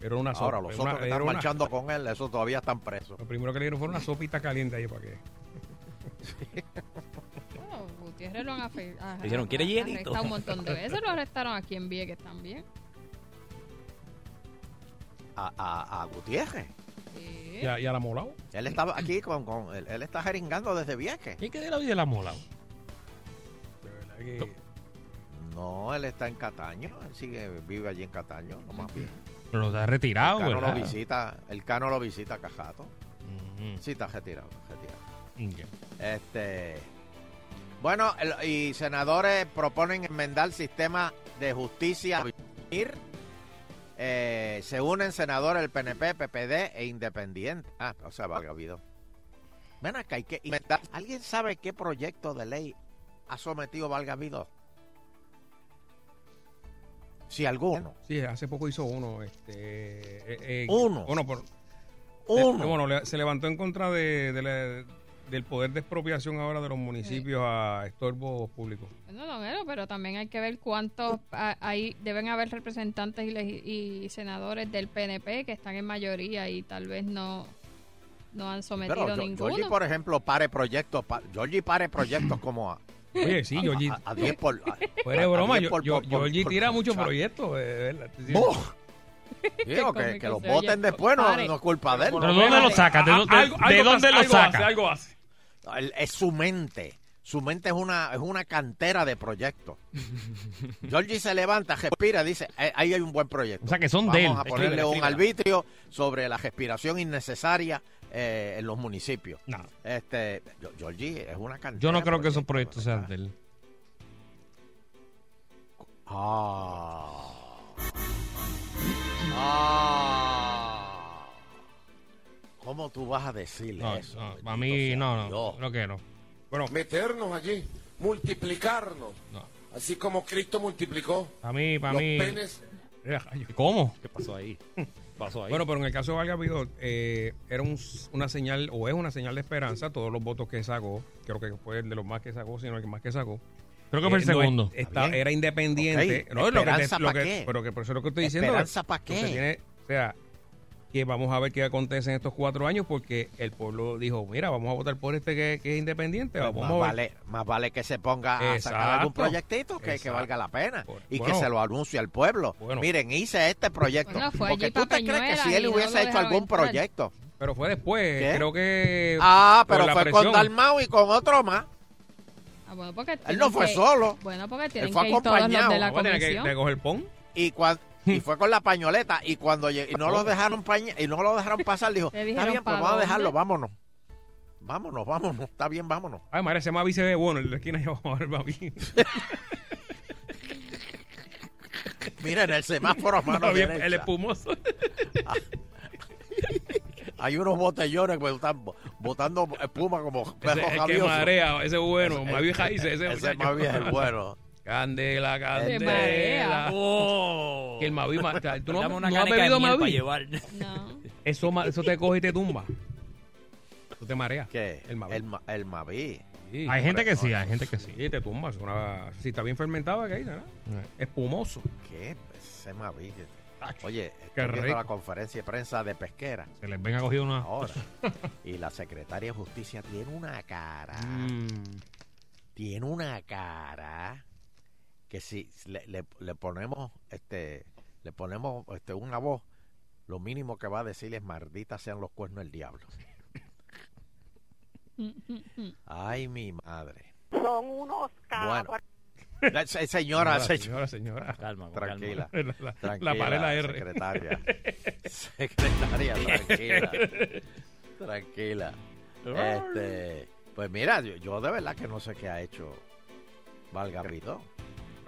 [SPEAKER 5] Era una sopa.
[SPEAKER 2] Ahora, los
[SPEAKER 5] era
[SPEAKER 2] otros
[SPEAKER 5] una-
[SPEAKER 2] que
[SPEAKER 5] era
[SPEAKER 2] están
[SPEAKER 5] una-
[SPEAKER 2] marchando con él, esos todavía están presos.
[SPEAKER 5] Lo primero que le dieron fue una sopita caliente ahí para que.
[SPEAKER 4] PR Oh, lo han afe- a-
[SPEAKER 6] Dijeron,
[SPEAKER 4] a-
[SPEAKER 6] "¿Quiere
[SPEAKER 4] a-
[SPEAKER 6] hielito?"
[SPEAKER 4] arrestado un montón de veces. Lo arrestaron aquí en Vieques también.
[SPEAKER 2] A, a, a Gutiérrez.
[SPEAKER 4] Sí.
[SPEAKER 5] ¿Y a, y a la Molao?
[SPEAKER 2] Él estaba aquí con. con él, él está jeringando desde Vieques.
[SPEAKER 3] ¿Y qué de la vida de la mola?
[SPEAKER 2] No, él está en Cataño. Él sigue, vive allí en Cataño, lo más bien.
[SPEAKER 3] Pero se ha retirado,
[SPEAKER 5] Ah,
[SPEAKER 2] El Cano lo
[SPEAKER 3] ¿verdad?
[SPEAKER 2] visita, el Cano lo visita a Cajato.
[SPEAKER 3] Mm,
[SPEAKER 2] Sí, está retirado, retirado.
[SPEAKER 3] ya.
[SPEAKER 2] Este. Bueno, el- y senadores proponen enmendar el sistema de justicia. Eh, se unen senadores del PNP, PPD e Independiente. Ah, o sea, valga habido. Ven acá, hay que inventar. ¿Alguien sabe qué proyecto de ley ha sometido Valga Vido? Si alguno.
[SPEAKER 5] Sí, hace poco hizo uno. Este, eh, eh,
[SPEAKER 2] Uno.
[SPEAKER 5] Uno, por, Eh,
[SPEAKER 2] Uno.
[SPEAKER 5] bueno, le- se levantó en contra de, de la- del poder de expropiación ahora de los municipios a estorbos públicos.
[SPEAKER 4] No, no, pero, pero también hay que ver cuántos a- hay, deben haber representantes y, legi- y senadores del PNP que están en mayoría y tal vez no, no han sometido
[SPEAKER 2] Pero Yo- Georgie,
[SPEAKER 4] ninguno.
[SPEAKER 2] por ejemplo, pare proyectos. pa- Georgie pare proyectos como a
[SPEAKER 5] Oye,
[SPEAKER 2] Ah,
[SPEAKER 5] sí, Georgie.
[SPEAKER 2] a- a 10 por. a-
[SPEAKER 5] Fuera de
[SPEAKER 2] a
[SPEAKER 5] broma,
[SPEAKER 2] 10
[SPEAKER 5] yo,
[SPEAKER 2] ah, por-
[SPEAKER 5] yo-
[SPEAKER 2] por- por-
[SPEAKER 5] Georgie
[SPEAKER 2] por-
[SPEAKER 5] tira
[SPEAKER 2] por-
[SPEAKER 5] muchos
[SPEAKER 2] chavo.
[SPEAKER 5] proyectos, eh, de verdad. Sí, sí.
[SPEAKER 2] ¡Buh! Digo
[SPEAKER 4] Qué
[SPEAKER 2] que, que
[SPEAKER 4] cómico
[SPEAKER 2] los
[SPEAKER 4] se oye.
[SPEAKER 2] voten después no,
[SPEAKER 4] Pare.
[SPEAKER 2] no es culpa de él.
[SPEAKER 3] Pero ¿dónde lo sacas? ¿De,
[SPEAKER 6] Ah,
[SPEAKER 3] dónde-
[SPEAKER 6] algo-
[SPEAKER 3] de
[SPEAKER 6] algo
[SPEAKER 3] dónde
[SPEAKER 6] hace,
[SPEAKER 3] lo
[SPEAKER 6] algo hace,
[SPEAKER 3] sacas?
[SPEAKER 6] algo hace.
[SPEAKER 2] El- es su mente. Su mente es una, es una cantera de proyectos. Georgie se levanta, respira, dice, "Eh, ahí hay un buen proyecto.
[SPEAKER 3] O sea, que son
[SPEAKER 2] Vamos
[SPEAKER 3] de él.
[SPEAKER 2] a ponerle
[SPEAKER 6] Escríbela,
[SPEAKER 2] un
[SPEAKER 6] escríbela.
[SPEAKER 2] arbitrio sobre la respiración innecesaria eh, en los municipios.
[SPEAKER 3] No,
[SPEAKER 2] Este, Yo- Georgie es una cantera.
[SPEAKER 3] yo no
[SPEAKER 2] de
[SPEAKER 3] creo que esos proyectos
[SPEAKER 2] ¿verdad?
[SPEAKER 3] sean de él.
[SPEAKER 2] Ah. Ah. ¿Cómo tú vas a decirle
[SPEAKER 3] No,
[SPEAKER 2] eso?
[SPEAKER 3] no,
[SPEAKER 2] bendito
[SPEAKER 3] para mí
[SPEAKER 2] sea
[SPEAKER 3] no, no,
[SPEAKER 2] Dios?
[SPEAKER 3] creo que no.
[SPEAKER 5] Bueno,
[SPEAKER 7] Meternos allí, multiplicarnos,
[SPEAKER 3] No.
[SPEAKER 7] así como Cristo multiplicó
[SPEAKER 3] Para mí, para
[SPEAKER 7] los
[SPEAKER 3] mí.
[SPEAKER 7] penes.
[SPEAKER 5] eh, rayos.
[SPEAKER 3] ¿Cómo?
[SPEAKER 6] ¿Qué pasó ahí? Pasó ahí.
[SPEAKER 5] bueno, pero en el caso de Valga Vidot, eh, era un- una señal, o es una señal de esperanza, todos los votos que sacó, creo que fue el de los más que sacó, sino el que más que sacó.
[SPEAKER 3] Creo que fue el
[SPEAKER 5] Eh, no,
[SPEAKER 3] segundo.
[SPEAKER 5] está-
[SPEAKER 2] Está bien.
[SPEAKER 5] era independiente.
[SPEAKER 2] Ok,
[SPEAKER 5] No, es lo que te-
[SPEAKER 2] ¿esperanza
[SPEAKER 5] lo
[SPEAKER 2] pa'
[SPEAKER 5] que-
[SPEAKER 2] qué?
[SPEAKER 5] Pero que por eso es lo que estoy diciendo.
[SPEAKER 2] ¿Esperanza
[SPEAKER 5] que-
[SPEAKER 2] pa' qué?
[SPEAKER 5] que tiene- o sea, que vamos a ver qué acontece en estos cuatro años porque el pueblo dijo, mira, vamos a votar por este que, que es independiente.
[SPEAKER 2] Pues más,
[SPEAKER 5] Vamos a ver.
[SPEAKER 2] vale, más vale que se ponga a sacar
[SPEAKER 5] Exacto.
[SPEAKER 2] algún proyectito que, que
[SPEAKER 5] Exacto.
[SPEAKER 2] valga la pena
[SPEAKER 5] Por-
[SPEAKER 2] y
[SPEAKER 5] bueno.
[SPEAKER 2] que se lo anuncie al pueblo.
[SPEAKER 5] Bueno.
[SPEAKER 2] Miren, hice este proyecto.
[SPEAKER 4] Bueno, fue
[SPEAKER 2] Porque
[SPEAKER 4] allí
[SPEAKER 2] tú
[SPEAKER 4] pa'
[SPEAKER 2] te crees que
[SPEAKER 4] Peñuelas
[SPEAKER 2] si
[SPEAKER 4] y
[SPEAKER 2] él
[SPEAKER 4] no lo
[SPEAKER 2] hubiese hecho
[SPEAKER 4] dejaron
[SPEAKER 2] algún
[SPEAKER 4] entrar.
[SPEAKER 2] proyecto.
[SPEAKER 5] Pero fue después,
[SPEAKER 2] ¿Qué?
[SPEAKER 5] creo que...
[SPEAKER 2] Ah,
[SPEAKER 5] por
[SPEAKER 2] pero
[SPEAKER 5] la
[SPEAKER 2] fue
[SPEAKER 5] presión.
[SPEAKER 2] con Dalmau y con otro más.
[SPEAKER 4] Ah, bueno, porque
[SPEAKER 2] Él
[SPEAKER 4] tienen
[SPEAKER 2] no fue
[SPEAKER 4] que-
[SPEAKER 2] solo.
[SPEAKER 4] Bueno, porque tienen
[SPEAKER 2] fue
[SPEAKER 4] que ir todos los de
[SPEAKER 2] acompañado.
[SPEAKER 4] la
[SPEAKER 5] Vamos a tener que,
[SPEAKER 4] comisión.
[SPEAKER 5] de coger pon.
[SPEAKER 2] Y, cuan-
[SPEAKER 5] Hmm.
[SPEAKER 2] y fue con la pañoleta. Y cuando lleg- y no
[SPEAKER 5] Oh.
[SPEAKER 2] lo dejaron paña- y no lo dejaron pasar, dijo,
[SPEAKER 4] Le
[SPEAKER 2] está
[SPEAKER 4] dijeron,
[SPEAKER 2] bien,
[SPEAKER 4] ¿pa'
[SPEAKER 2] pues vamos a dejarlo,
[SPEAKER 4] dónde?"
[SPEAKER 2] vámonos. Vámonos, vámonos, está bien, vámonos.
[SPEAKER 5] Ay, madre, se llama Vice de Bono, el de la esquina ya vamos a ver, papi.
[SPEAKER 2] Miren, el semáforo, mano
[SPEAKER 5] Bien,
[SPEAKER 2] derecha.
[SPEAKER 5] el espumoso.
[SPEAKER 2] Hay unos botellones que están bo- botando espuma como
[SPEAKER 5] Ese,
[SPEAKER 2] perros
[SPEAKER 5] el que
[SPEAKER 2] rabiosos.
[SPEAKER 5] marea, ese es bueno, más vieja dice,
[SPEAKER 2] Ese
[SPEAKER 5] ese,
[SPEAKER 2] es
[SPEAKER 5] muchacho.
[SPEAKER 2] más bien bueno.
[SPEAKER 5] Candela,
[SPEAKER 4] marea.
[SPEAKER 5] candela.
[SPEAKER 6] Oh.
[SPEAKER 5] Que el Mavi ma- ¿Tú no,
[SPEAKER 6] Dame una
[SPEAKER 5] no has
[SPEAKER 6] caneca
[SPEAKER 5] bebido
[SPEAKER 6] de miel para
[SPEAKER 5] Mavi?
[SPEAKER 6] llevar.
[SPEAKER 4] No.
[SPEAKER 5] Eso, ma- eso te coge y te tumba. Tú te mareas.
[SPEAKER 2] ¿Qué?
[SPEAKER 5] El Mavi.
[SPEAKER 2] El, ma- el Mavi.
[SPEAKER 5] Sí,
[SPEAKER 3] Hay gente que
[SPEAKER 5] mareas.
[SPEAKER 3] sí, hay gente que sí.
[SPEAKER 5] Sí, te tumba. es una- Si está bien fermentado, ¿qué hay? ¿verdad? Espumoso.
[SPEAKER 2] ¿Qué? Ese Mavi. que-
[SPEAKER 5] Tacho.
[SPEAKER 2] Oye,
[SPEAKER 5] Qué
[SPEAKER 2] estoy viendo
[SPEAKER 5] rico.
[SPEAKER 2] la conferencia de prensa de Pesquera
[SPEAKER 3] Se les venga cogido una.
[SPEAKER 2] ahora. y la secretaria de Justicia tiene una cara.
[SPEAKER 5] Mm.
[SPEAKER 2] Tiene una cara que si le, le- le ponemos este le ponemos este una voz, lo mínimo que va a decir es maldita sean los cuernos del diablo.
[SPEAKER 4] Mm,
[SPEAKER 2] Ay, mi madre.
[SPEAKER 8] Son unos cabros.
[SPEAKER 2] Bueno. La- se- señora, señora,
[SPEAKER 5] señora, señora.
[SPEAKER 6] Calma, con calma.
[SPEAKER 2] tranquila.
[SPEAKER 5] La, la,
[SPEAKER 2] Tranquila,
[SPEAKER 5] la pared la R.
[SPEAKER 2] secretaria. secretaria, tranquila. tranquila. Este, pues mira, yo, yo de verdad que no sé qué ha hecho Valgarrito.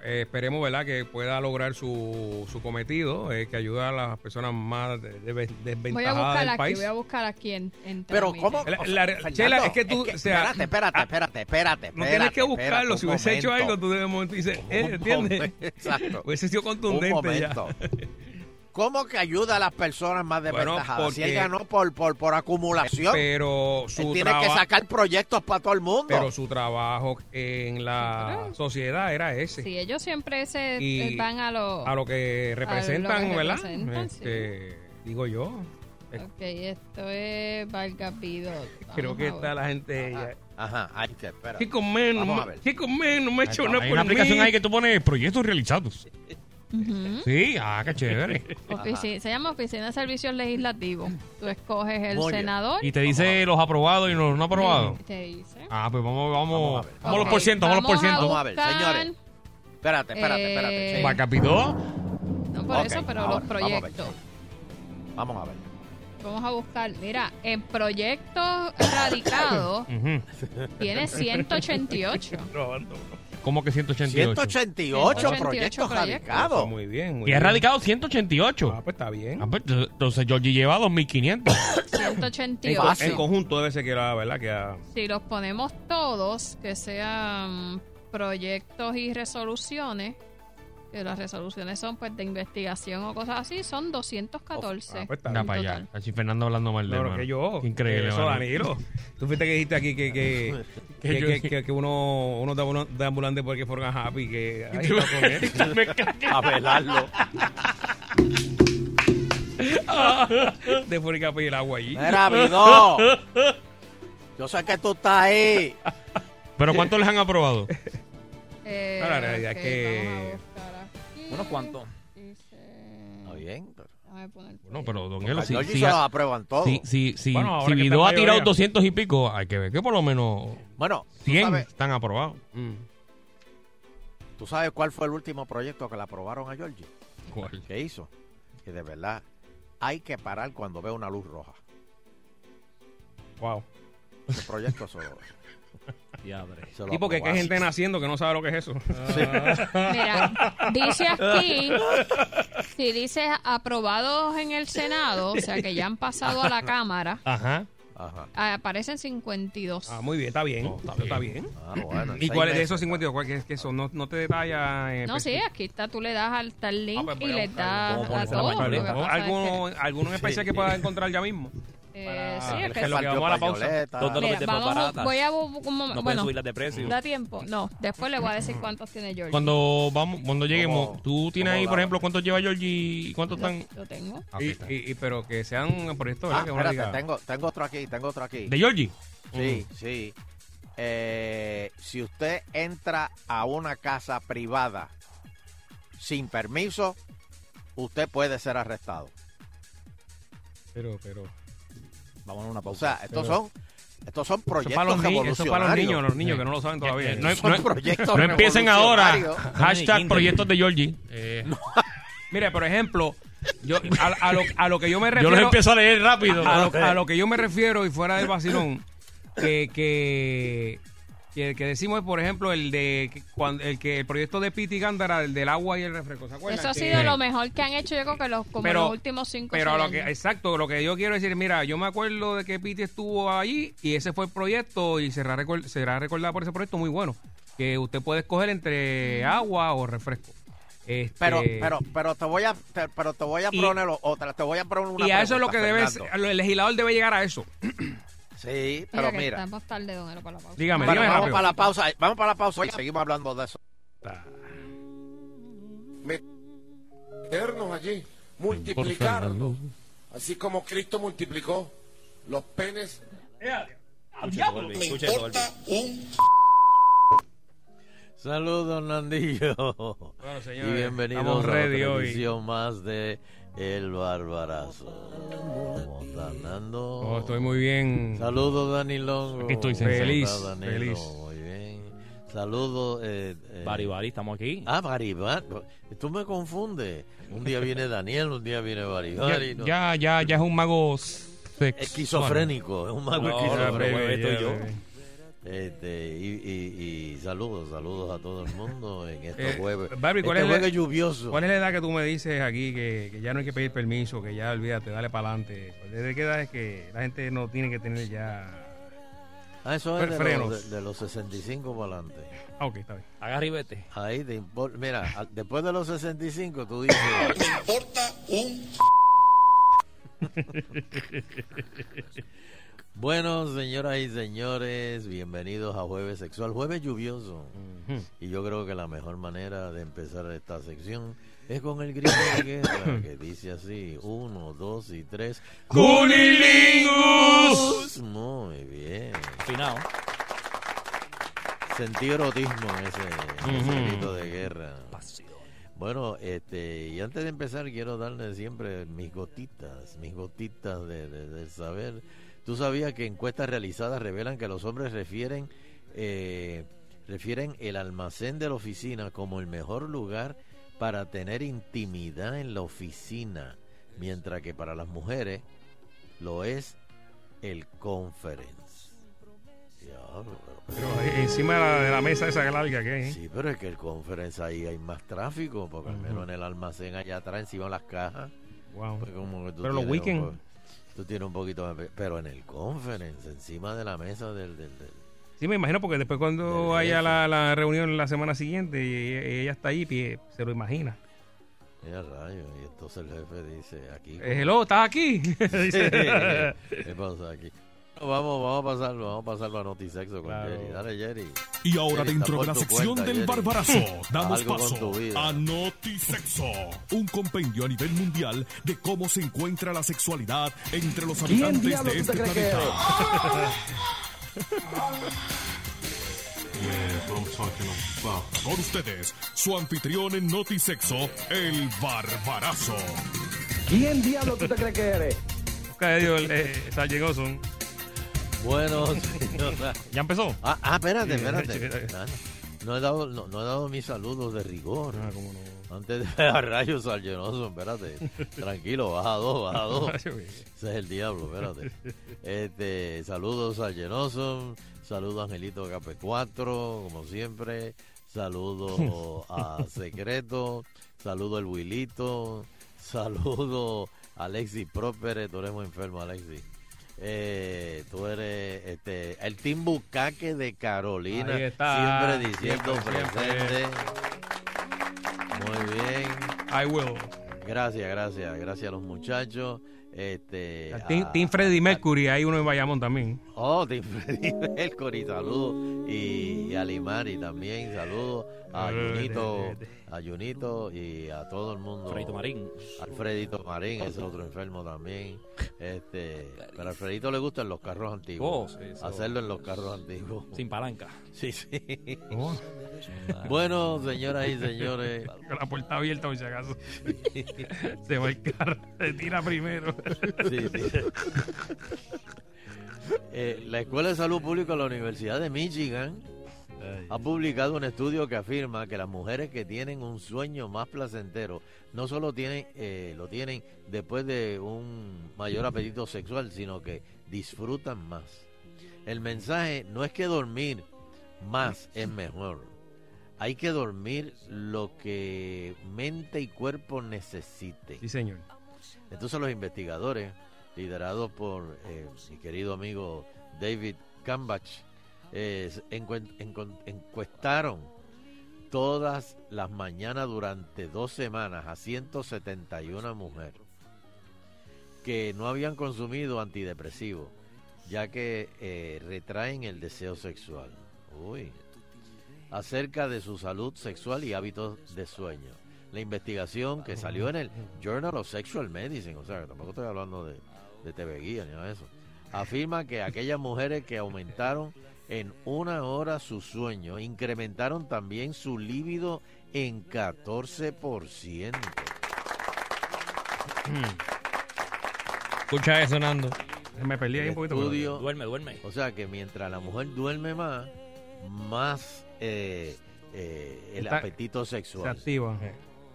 [SPEAKER 5] Eh, esperemos, ¿verdad?, que pueda lograr su, su cometido, eh, que ayude a las personas más de- de-
[SPEAKER 4] Voy a
[SPEAKER 5] desventajadas
[SPEAKER 4] buscar
[SPEAKER 5] del
[SPEAKER 4] aquí,
[SPEAKER 5] país.
[SPEAKER 4] voy a buscar aquí en, en
[SPEAKER 2] Pero
[SPEAKER 4] trámite.
[SPEAKER 2] cómo...
[SPEAKER 5] La-
[SPEAKER 2] o sea,
[SPEAKER 5] la-
[SPEAKER 2] Fernando,
[SPEAKER 5] Chela, es que tú, o sea,
[SPEAKER 2] espérate, espérate,
[SPEAKER 5] ah,
[SPEAKER 2] espérate, espérate,
[SPEAKER 5] No tienes que
[SPEAKER 2] espérate,
[SPEAKER 5] buscarlo.
[SPEAKER 2] espérate,
[SPEAKER 5] Si
[SPEAKER 2] un
[SPEAKER 5] hubiese hecho
[SPEAKER 2] momento.
[SPEAKER 5] algo, tú debemos dices,
[SPEAKER 2] Un
[SPEAKER 5] eh, ¿entiendes?
[SPEAKER 2] momento, Exacto.
[SPEAKER 5] Hubiese sido
[SPEAKER 2] Un
[SPEAKER 5] contundente ya.
[SPEAKER 2] momento. ¿Cómo que ayuda a las personas más
[SPEAKER 5] Bueno,
[SPEAKER 2] desventajadas? Si él
[SPEAKER 5] porque-
[SPEAKER 2] ganó por, por, por acumulación,
[SPEAKER 5] Pero su
[SPEAKER 2] él tiene que
[SPEAKER 5] trabajo.
[SPEAKER 2] sacar proyectos para todo el mundo.
[SPEAKER 5] Pero su trabajo en la
[SPEAKER 4] Claro.
[SPEAKER 5] sociedad era ese.
[SPEAKER 4] Sí, ellos siempre se
[SPEAKER 5] Y
[SPEAKER 4] eh, van a los...
[SPEAKER 5] A lo que representan, ¿verdad?
[SPEAKER 4] representan, sí.
[SPEAKER 5] Este, Digo yo.
[SPEAKER 4] Ok, esto es Vargas Vidal.
[SPEAKER 5] Creo
[SPEAKER 4] Vamos
[SPEAKER 5] que
[SPEAKER 4] a
[SPEAKER 5] está
[SPEAKER 4] ver. Ah,
[SPEAKER 5] la gente. ya-
[SPEAKER 2] Ajá, hay que, espera.
[SPEAKER 5] Chicos, men, no
[SPEAKER 2] Vamos a
[SPEAKER 5] me-
[SPEAKER 2] ver.
[SPEAKER 5] chicos, men, no me ha hecho
[SPEAKER 3] Hay
[SPEAKER 5] nada
[SPEAKER 3] una
[SPEAKER 5] por
[SPEAKER 3] aplicación
[SPEAKER 5] mí.
[SPEAKER 3] ahí que tú pones proyectos realizados.
[SPEAKER 4] Ujú.
[SPEAKER 3] Sí, ah, qué chévere.
[SPEAKER 4] Ofici- se llama Oficina de Servicios Legislativos. Tú escoges el
[SPEAKER 2] Muy bien.
[SPEAKER 4] senador.
[SPEAKER 3] Y te dice los aprobados y los no aprobados.
[SPEAKER 4] te- Te dice.
[SPEAKER 3] Ah, pues vamos, vamos.
[SPEAKER 2] Vamos a ver.
[SPEAKER 3] Vamos a los
[SPEAKER 4] Ok,
[SPEAKER 3] por ciento, vamos a los por ciento.
[SPEAKER 2] Vamos a ver,
[SPEAKER 4] buscar-
[SPEAKER 2] señores. Espérate, espérate,
[SPEAKER 4] Eh,
[SPEAKER 2] espérate. sí.
[SPEAKER 3] ¿Va capitó?
[SPEAKER 4] No por
[SPEAKER 2] Ok,
[SPEAKER 4] eso, pero
[SPEAKER 2] ahora, vamos
[SPEAKER 4] los
[SPEAKER 2] a ver.
[SPEAKER 4] proyectos.
[SPEAKER 2] Vamos a ver.
[SPEAKER 4] Vamos a buscar, mira, en proyectos radicados
[SPEAKER 3] Ujú.
[SPEAKER 4] tiene 188.
[SPEAKER 3] ¿Cómo que 188?
[SPEAKER 2] 188
[SPEAKER 4] 188
[SPEAKER 2] proyectos
[SPEAKER 4] proyectos.
[SPEAKER 2] radicados.
[SPEAKER 5] Pues Muy bien, muy
[SPEAKER 3] Y ha
[SPEAKER 5] bien.
[SPEAKER 3] radicado 188.
[SPEAKER 5] Ah, pues está bien.
[SPEAKER 3] Ah, pues, entonces Georgie lleva 2500.
[SPEAKER 5] En,
[SPEAKER 4] 188.
[SPEAKER 5] co- en conjunto debe ser que la verdad que ah,
[SPEAKER 4] Si los ponemos todos, que sean proyectos y resoluciones, que las resoluciones son pues de investigación o cosas así, son 214.
[SPEAKER 5] ah, pues está
[SPEAKER 3] Anda
[SPEAKER 4] Dame.
[SPEAKER 5] bien.
[SPEAKER 3] para allá.
[SPEAKER 4] Total.
[SPEAKER 3] Así Fernando hablando mal de
[SPEAKER 5] No, no,
[SPEAKER 3] hermano.
[SPEAKER 5] que yo.
[SPEAKER 3] Qué Increíble.
[SPEAKER 5] Eso,
[SPEAKER 3] hermano.
[SPEAKER 5] Danilo. Tú fuiste que dijiste aquí que, que,
[SPEAKER 3] Que
[SPEAKER 5] que,
[SPEAKER 3] yo-
[SPEAKER 5] que- que- que uno, uno de ambulan- de ambulante porque fueron a Happy. Que, ay, está con él.
[SPEAKER 3] Me cagué.
[SPEAKER 2] A velarlo.
[SPEAKER 5] de fuera y el agua allí.
[SPEAKER 3] Ah.
[SPEAKER 2] Mira, Vidó. Yo sé que tú estás ahí.
[SPEAKER 3] Pero ¿cuántos les han aprobado?
[SPEAKER 4] Eh,
[SPEAKER 5] No, la realidad es
[SPEAKER 4] ok,
[SPEAKER 5] que-
[SPEAKER 4] vamos a buscar aquí.
[SPEAKER 6] Unos cuantos.
[SPEAKER 4] Dice-
[SPEAKER 2] Está bien. pero-
[SPEAKER 4] Déjame poner por
[SPEAKER 3] No,
[SPEAKER 4] ahí.
[SPEAKER 3] pero Don Elo,
[SPEAKER 2] A
[SPEAKER 3] si,
[SPEAKER 2] Georgie
[SPEAKER 3] si,
[SPEAKER 2] se los
[SPEAKER 3] ha-
[SPEAKER 2] aprueban todos.
[SPEAKER 3] si, si, si,
[SPEAKER 5] Bueno, ahora
[SPEAKER 3] si
[SPEAKER 5] que está
[SPEAKER 3] Guido
[SPEAKER 5] en
[SPEAKER 3] ha tirado
[SPEAKER 5] mayoría.
[SPEAKER 3] 200 y pico, hay que ver que por lo menos
[SPEAKER 2] Bueno, tú
[SPEAKER 3] 100
[SPEAKER 2] sabes,
[SPEAKER 3] están aprobados.
[SPEAKER 5] Mm.
[SPEAKER 2] tú sabes cuál fue el último proyecto que le aprobaron a Georgie.
[SPEAKER 3] ¿Cuál?
[SPEAKER 2] ¿Qué hizo? Que de verdad hay que parar cuando ve una luz roja.
[SPEAKER 5] Wow.
[SPEAKER 2] Ese proyecto se lo,
[SPEAKER 6] Diabre.
[SPEAKER 2] se lo
[SPEAKER 5] Tipo que que hay
[SPEAKER 2] aprobaron.
[SPEAKER 5] gente naciendo que no sabe lo que es eso.
[SPEAKER 4] Mira, dice aquí, si dice aprobados en el Senado, o sea que ya han pasado a la Cámara, ah,
[SPEAKER 3] Ajá.
[SPEAKER 2] Ajá.
[SPEAKER 4] aparecen 52.
[SPEAKER 5] Ah, muy bien, está bien.
[SPEAKER 3] No, está
[SPEAKER 5] está
[SPEAKER 3] bien.
[SPEAKER 5] bien.
[SPEAKER 2] Ah, bueno, en
[SPEAKER 5] ¿Y
[SPEAKER 2] seis
[SPEAKER 5] cuál es de
[SPEAKER 2] meses.
[SPEAKER 5] esos 52? ¿Cuál es que eso? No, no te detalla. eh,
[SPEAKER 4] No, sí,
[SPEAKER 5] específico.
[SPEAKER 4] aquí está, tú le das al tal link
[SPEAKER 5] Ah, pues voy
[SPEAKER 4] y
[SPEAKER 5] a
[SPEAKER 4] le
[SPEAKER 5] buscarlo.
[SPEAKER 4] das
[SPEAKER 5] Voy a
[SPEAKER 4] a
[SPEAKER 5] buscarlo.
[SPEAKER 4] todo.
[SPEAKER 5] Voy a
[SPEAKER 4] Lo que
[SPEAKER 5] buscarlo.
[SPEAKER 4] pasa es que-
[SPEAKER 5] ¿Alguno, alguno en especial que pueda encontrar ya mismo?
[SPEAKER 4] eh,
[SPEAKER 5] Ah,
[SPEAKER 4] sí, es
[SPEAKER 5] es
[SPEAKER 4] que-
[SPEAKER 5] que lo que
[SPEAKER 2] Faltó
[SPEAKER 5] vamos a la pausa.
[SPEAKER 2] Pañoleta.
[SPEAKER 6] Todo lo que
[SPEAKER 4] Mira,
[SPEAKER 6] te
[SPEAKER 4] vamos,
[SPEAKER 6] baratas.
[SPEAKER 4] voy a bu- un
[SPEAKER 6] No
[SPEAKER 4] momento.
[SPEAKER 6] pueden
[SPEAKER 4] bueno,
[SPEAKER 6] subirlas de precio.
[SPEAKER 4] da tiempo. No, después le voy a decir cuántos tiene George.
[SPEAKER 3] Cuando vamos, cuando lleguemos,
[SPEAKER 2] ¿Cómo-
[SPEAKER 3] tú tienes
[SPEAKER 2] cómo
[SPEAKER 3] ahí, por
[SPEAKER 2] la-
[SPEAKER 3] ejemplo, cuántos lleva Georgie y cuántos
[SPEAKER 4] lo,
[SPEAKER 3] están.
[SPEAKER 4] lo tengo.
[SPEAKER 3] Ah, aquí
[SPEAKER 5] Y,
[SPEAKER 3] está.
[SPEAKER 5] y- y- pero que sean proyectos, ¿verdad?
[SPEAKER 2] Ah,
[SPEAKER 5] que uno diga-
[SPEAKER 2] espérate, tengo, tengo otro aquí, tengo otro aquí.
[SPEAKER 3] ¿De Georgie?
[SPEAKER 2] Sí, sí. Eh, si usted entra a una casa privada sin permiso, usted puede ser arrestado.
[SPEAKER 5] Pero, pero.
[SPEAKER 6] Vamos a una
[SPEAKER 2] O
[SPEAKER 6] pausa.
[SPEAKER 2] sea, estos
[SPEAKER 5] Pero-
[SPEAKER 2] son estos son
[SPEAKER 5] Eso es para
[SPEAKER 2] proyectos
[SPEAKER 5] los, ni- eso es para los niños,
[SPEAKER 2] revolucionarios.
[SPEAKER 5] los niños que no lo saben todavía.
[SPEAKER 3] Eh, no hay-
[SPEAKER 2] Son proyectos
[SPEAKER 3] No empiecen ahora.
[SPEAKER 2] revolucionarios.
[SPEAKER 3] Hashtag
[SPEAKER 6] Kinder.
[SPEAKER 3] proyectos de Georgie. Eh,
[SPEAKER 5] Mire, por ejemplo, yo, a, a lo, a lo que yo me
[SPEAKER 3] yo
[SPEAKER 5] refiero.
[SPEAKER 3] los empiezo a leer rápido.
[SPEAKER 5] a, lo, a lo que yo me refiero y fuera del vacilón, que, que, que, que decimos, por ejemplo, el de que cuando, el que el proyecto de Piti Gándara, el del agua y el refresco. ¿Se acuerdan?
[SPEAKER 4] Eso ha
[SPEAKER 5] Que-
[SPEAKER 4] sido lo mejor que han hecho, yo creo que los, como los últimos cinco
[SPEAKER 5] pero a
[SPEAKER 4] seis
[SPEAKER 5] lo que
[SPEAKER 4] años.
[SPEAKER 5] exacto lo que yo quiero decir mira yo me acuerdo de que Piti estuvo allí y ese fue el proyecto y será recor- será recordado por ese proyecto muy bueno que usted puede escoger entre agua o refresco Este,
[SPEAKER 2] Pero, pero, pero te voy a, te- pero te voy a
[SPEAKER 5] Y-
[SPEAKER 2] poner otra, te voy a poner una.
[SPEAKER 5] y a eso es lo que
[SPEAKER 2] pregunta,
[SPEAKER 5] debe
[SPEAKER 2] Fernando.
[SPEAKER 5] ser- el legislador debe llegar a eso
[SPEAKER 2] Sí,
[SPEAKER 4] Mira
[SPEAKER 2] pero
[SPEAKER 4] que
[SPEAKER 2] mira.
[SPEAKER 4] estamos tarde, don Elo, para la pausa.
[SPEAKER 5] dígame
[SPEAKER 2] Bueno,
[SPEAKER 5] dígame
[SPEAKER 2] vamos
[SPEAKER 5] rápido.
[SPEAKER 2] para la pausa, vamos para la pausa y seguimos hablando de eso.
[SPEAKER 7] Meternos allí, multiplicarnos. Así como Cristo multiplicó los penes.
[SPEAKER 6] Escucha, Dolby, escucha, Dolby.
[SPEAKER 7] un
[SPEAKER 2] Saludos, Nandillo.
[SPEAKER 5] Bueno,
[SPEAKER 2] y
[SPEAKER 5] señores,
[SPEAKER 2] bienvenidos
[SPEAKER 5] estamos
[SPEAKER 2] a
[SPEAKER 5] ready
[SPEAKER 2] otra
[SPEAKER 5] hoy.
[SPEAKER 2] edición más de El Barbarazo. ¿Cómo estás, Nando?
[SPEAKER 5] Oh, estoy muy bien
[SPEAKER 2] Saludos, Dani Longo.
[SPEAKER 3] Aquí estoy,
[SPEAKER 2] ¿Cómo
[SPEAKER 5] sensei.
[SPEAKER 2] estás,
[SPEAKER 5] Feliz,
[SPEAKER 2] Danilo?
[SPEAKER 5] feliz.
[SPEAKER 2] Muy bien. Saludos. Eh, eh,
[SPEAKER 6] Bari, Bari, estamos aquí.
[SPEAKER 2] Ah, Baribari. Tú me confundes. Un día viene Daniel, un día viene Baribari.
[SPEAKER 3] ya, ya, ya, ya es un mago sexual.
[SPEAKER 2] Esquizofrénico. Es un mago
[SPEAKER 6] No, no,
[SPEAKER 5] Ya,
[SPEAKER 2] esquizofrénico.
[SPEAKER 6] pero bueno,
[SPEAKER 5] baby,
[SPEAKER 6] estoy
[SPEAKER 5] ya,
[SPEAKER 6] yo.
[SPEAKER 5] baby.
[SPEAKER 2] Este, y, y- y saludos, saludos a todo el mundo en estos
[SPEAKER 5] Eh,
[SPEAKER 2] jueves.
[SPEAKER 5] Barbie, ¿cuál
[SPEAKER 2] este
[SPEAKER 5] es la-
[SPEAKER 2] jueves lluvioso.
[SPEAKER 5] ¿Cuál es la edad que tú me dices aquí que, que ya no hay que pedir permiso, que ya olvídate, dale para adelante? ¿Desde qué edad es que la gente no tiene que tener ya...?
[SPEAKER 2] Ah, eso es de,
[SPEAKER 5] frenos?
[SPEAKER 2] los, de- de los 65 para adelante.
[SPEAKER 5] Ah, ok, está bien.
[SPEAKER 6] Haga ribete.
[SPEAKER 2] Ahí te impor- Mira, al- después de los 65 tú dices,
[SPEAKER 7] importa un
[SPEAKER 2] bueno, señoras y señores, bienvenidos a Jueves Sexual, Jueves Lluvioso. Y yo creo que la mejor manera de empezar esta sección es con el grito de guerra que dice así, uno, dos y tres.
[SPEAKER 3] ¡Cunilingus!
[SPEAKER 2] Muy bien.
[SPEAKER 6] Finado.
[SPEAKER 8] Sentí erotismo en ese, en ese
[SPEAKER 9] Ujú.
[SPEAKER 8] grito de guerra. Bueno, este, y antes de empezar quiero darle siempre mis gotitas, mis gotitas de, de- del saber. Tú sabías que encuestas realizadas revelan que los hombres refieren, eh, refieren el almacén de la oficina como el mejor lugar para tener intimidad en la oficina, mientras que para las mujeres lo es el conference. Diablo, pero-
[SPEAKER 3] Pero ahí encima de la, de la mesa esa larga que hay. ¿eh?
[SPEAKER 8] Sí, pero es que el conference ahí hay más tráfico, porque al menos en el almacén allá atrás, encima de las cajas,
[SPEAKER 3] Wow.
[SPEAKER 8] pues como que tú
[SPEAKER 3] Pero los
[SPEAKER 8] tienes un
[SPEAKER 3] weekend.
[SPEAKER 8] po- Tú tienes un poquito más... pe- Pero en el conference, encima de la mesa del... del, del-
[SPEAKER 3] Sí, me imagino, porque después cuando
[SPEAKER 8] Del
[SPEAKER 3] haya
[SPEAKER 8] jefe.
[SPEAKER 3] la, la reunión la semana siguiente y ella, ella está ahí, pie- se lo imagina.
[SPEAKER 8] Mira, rayos, y entonces el jefe dice aquí...
[SPEAKER 3] Hello, ¿estás aquí? Dice.
[SPEAKER 8] ¿Qué pasa aquí? No, Vamos, vamos a pasarlo, vamos a pasarlo a Notisexo con
[SPEAKER 3] Claro.
[SPEAKER 8] Jerry. Dale, Jerry.
[SPEAKER 5] Y ahora
[SPEAKER 8] Jerry, está
[SPEAKER 5] dentro
[SPEAKER 8] por
[SPEAKER 5] de la
[SPEAKER 8] tu
[SPEAKER 5] sección
[SPEAKER 8] cuenta,
[SPEAKER 5] del
[SPEAKER 8] Jerry.
[SPEAKER 5] barbarazo, damos
[SPEAKER 8] Algo con
[SPEAKER 5] paso
[SPEAKER 8] tu vida.
[SPEAKER 5] a Notisexo, un compendio a nivel mundial de cómo se encuentra la sexualidad entre los
[SPEAKER 1] ¿Quién
[SPEAKER 5] habitantes
[SPEAKER 1] diablo
[SPEAKER 5] de
[SPEAKER 1] tú
[SPEAKER 5] este
[SPEAKER 1] te crees que
[SPEAKER 5] planeta. Con ustedes, su anfitrión en Notisexo, el barbarazo.
[SPEAKER 1] ¿Quién diablo tú te crees que eres?
[SPEAKER 3] Busca Dios, eh, Sargent Olson.
[SPEAKER 8] Bueno, señora.
[SPEAKER 3] ¿Ya empezó?
[SPEAKER 8] Ah, ah, espérate,
[SPEAKER 3] Sí,
[SPEAKER 8] espérate.
[SPEAKER 3] sí.
[SPEAKER 8] Ah, No no he, dado, no, no he dado mis saludos de rigor.
[SPEAKER 3] Ah, cómo no.
[SPEAKER 8] Antes de a rayos al Genoso, espérate. Tranquilo, baja dos, baja dos.
[SPEAKER 3] Ay, güey.
[SPEAKER 8] Ese es el diablo, espérate. Este, saludos al Genoso, saludos a Angelito KP4, como siempre. Saludos a Secreto, saludo al Wilito, saludo a Alexis Próperes, tú eres muy enfermo, Alexis. Eh, tú eres este, el Team Bucaque de Carolina,
[SPEAKER 3] Ahí está.
[SPEAKER 8] siempre diciendo
[SPEAKER 3] Siempre, siempre.
[SPEAKER 8] presente. Muy bien.
[SPEAKER 3] I will.
[SPEAKER 8] Gracias, gracias, gracias a los muchachos. Este,
[SPEAKER 3] Al Team,
[SPEAKER 8] a-
[SPEAKER 3] Team Freddy Mercury, hay uno en Bayamón también.
[SPEAKER 8] Oh, Team Freddy Mercury, saludos. Y, y a Limari también, saludos. A
[SPEAKER 6] Eh,
[SPEAKER 8] Junito, a Junito y a todo el mundo.
[SPEAKER 6] Freito Marín.
[SPEAKER 8] Alfredito Marín es otro enfermo también. Este, pero a Alfredito le gustan los carros antiguos.
[SPEAKER 6] Oh, sí, eso.
[SPEAKER 8] Hacerlo en los carros antiguos.
[SPEAKER 6] Sin palanca.
[SPEAKER 8] Sí, sí.
[SPEAKER 3] Oh,
[SPEAKER 8] Bueno, señoras y señores,
[SPEAKER 3] con la puerta abierta, por si acaso. se va el carro, se tira primero.
[SPEAKER 8] sí, sí. Eh, la Escuela de Salud Pública de la Universidad de Michigan ha publicado un estudio que afirma que las mujeres que tienen un sueño más placentero no solo tienen, eh, lo tienen después de un mayor apetito sexual, sino que disfrutan más. El mensaje no es que dormir más es mejor. Hay que dormir lo que mente y cuerpo necesiten.
[SPEAKER 3] Sí, señor.
[SPEAKER 8] Entonces los investigadores, liderados por eh, mi querido amigo David Cambach, eh, encuen- encon- encuestaron todas las mañanas durante dos semanas a 171 mujeres que no habían consumido antidepresivos, ya que eh, retraen el deseo sexual. Uy. Acerca de su salud sexual y hábitos de sueño. La investigación que salió en el Journal of Sexual Medicine, o sea, que tampoco estoy hablando de, de TV Guía ni nada de eso, afirma que aquellas mujeres que aumentaron en una hora su sueño incrementaron también su líbido en 14%.
[SPEAKER 9] Escucha eso, Nando.
[SPEAKER 3] Me peleé ahí un
[SPEAKER 8] El
[SPEAKER 3] poquito. pero-
[SPEAKER 8] estudio,
[SPEAKER 6] Duerme, duerme.
[SPEAKER 8] o sea que mientras la mujer duerme más, más eh, eh, el
[SPEAKER 3] Está-
[SPEAKER 8] apetito
[SPEAKER 3] Se
[SPEAKER 8] sexual.
[SPEAKER 3] activa.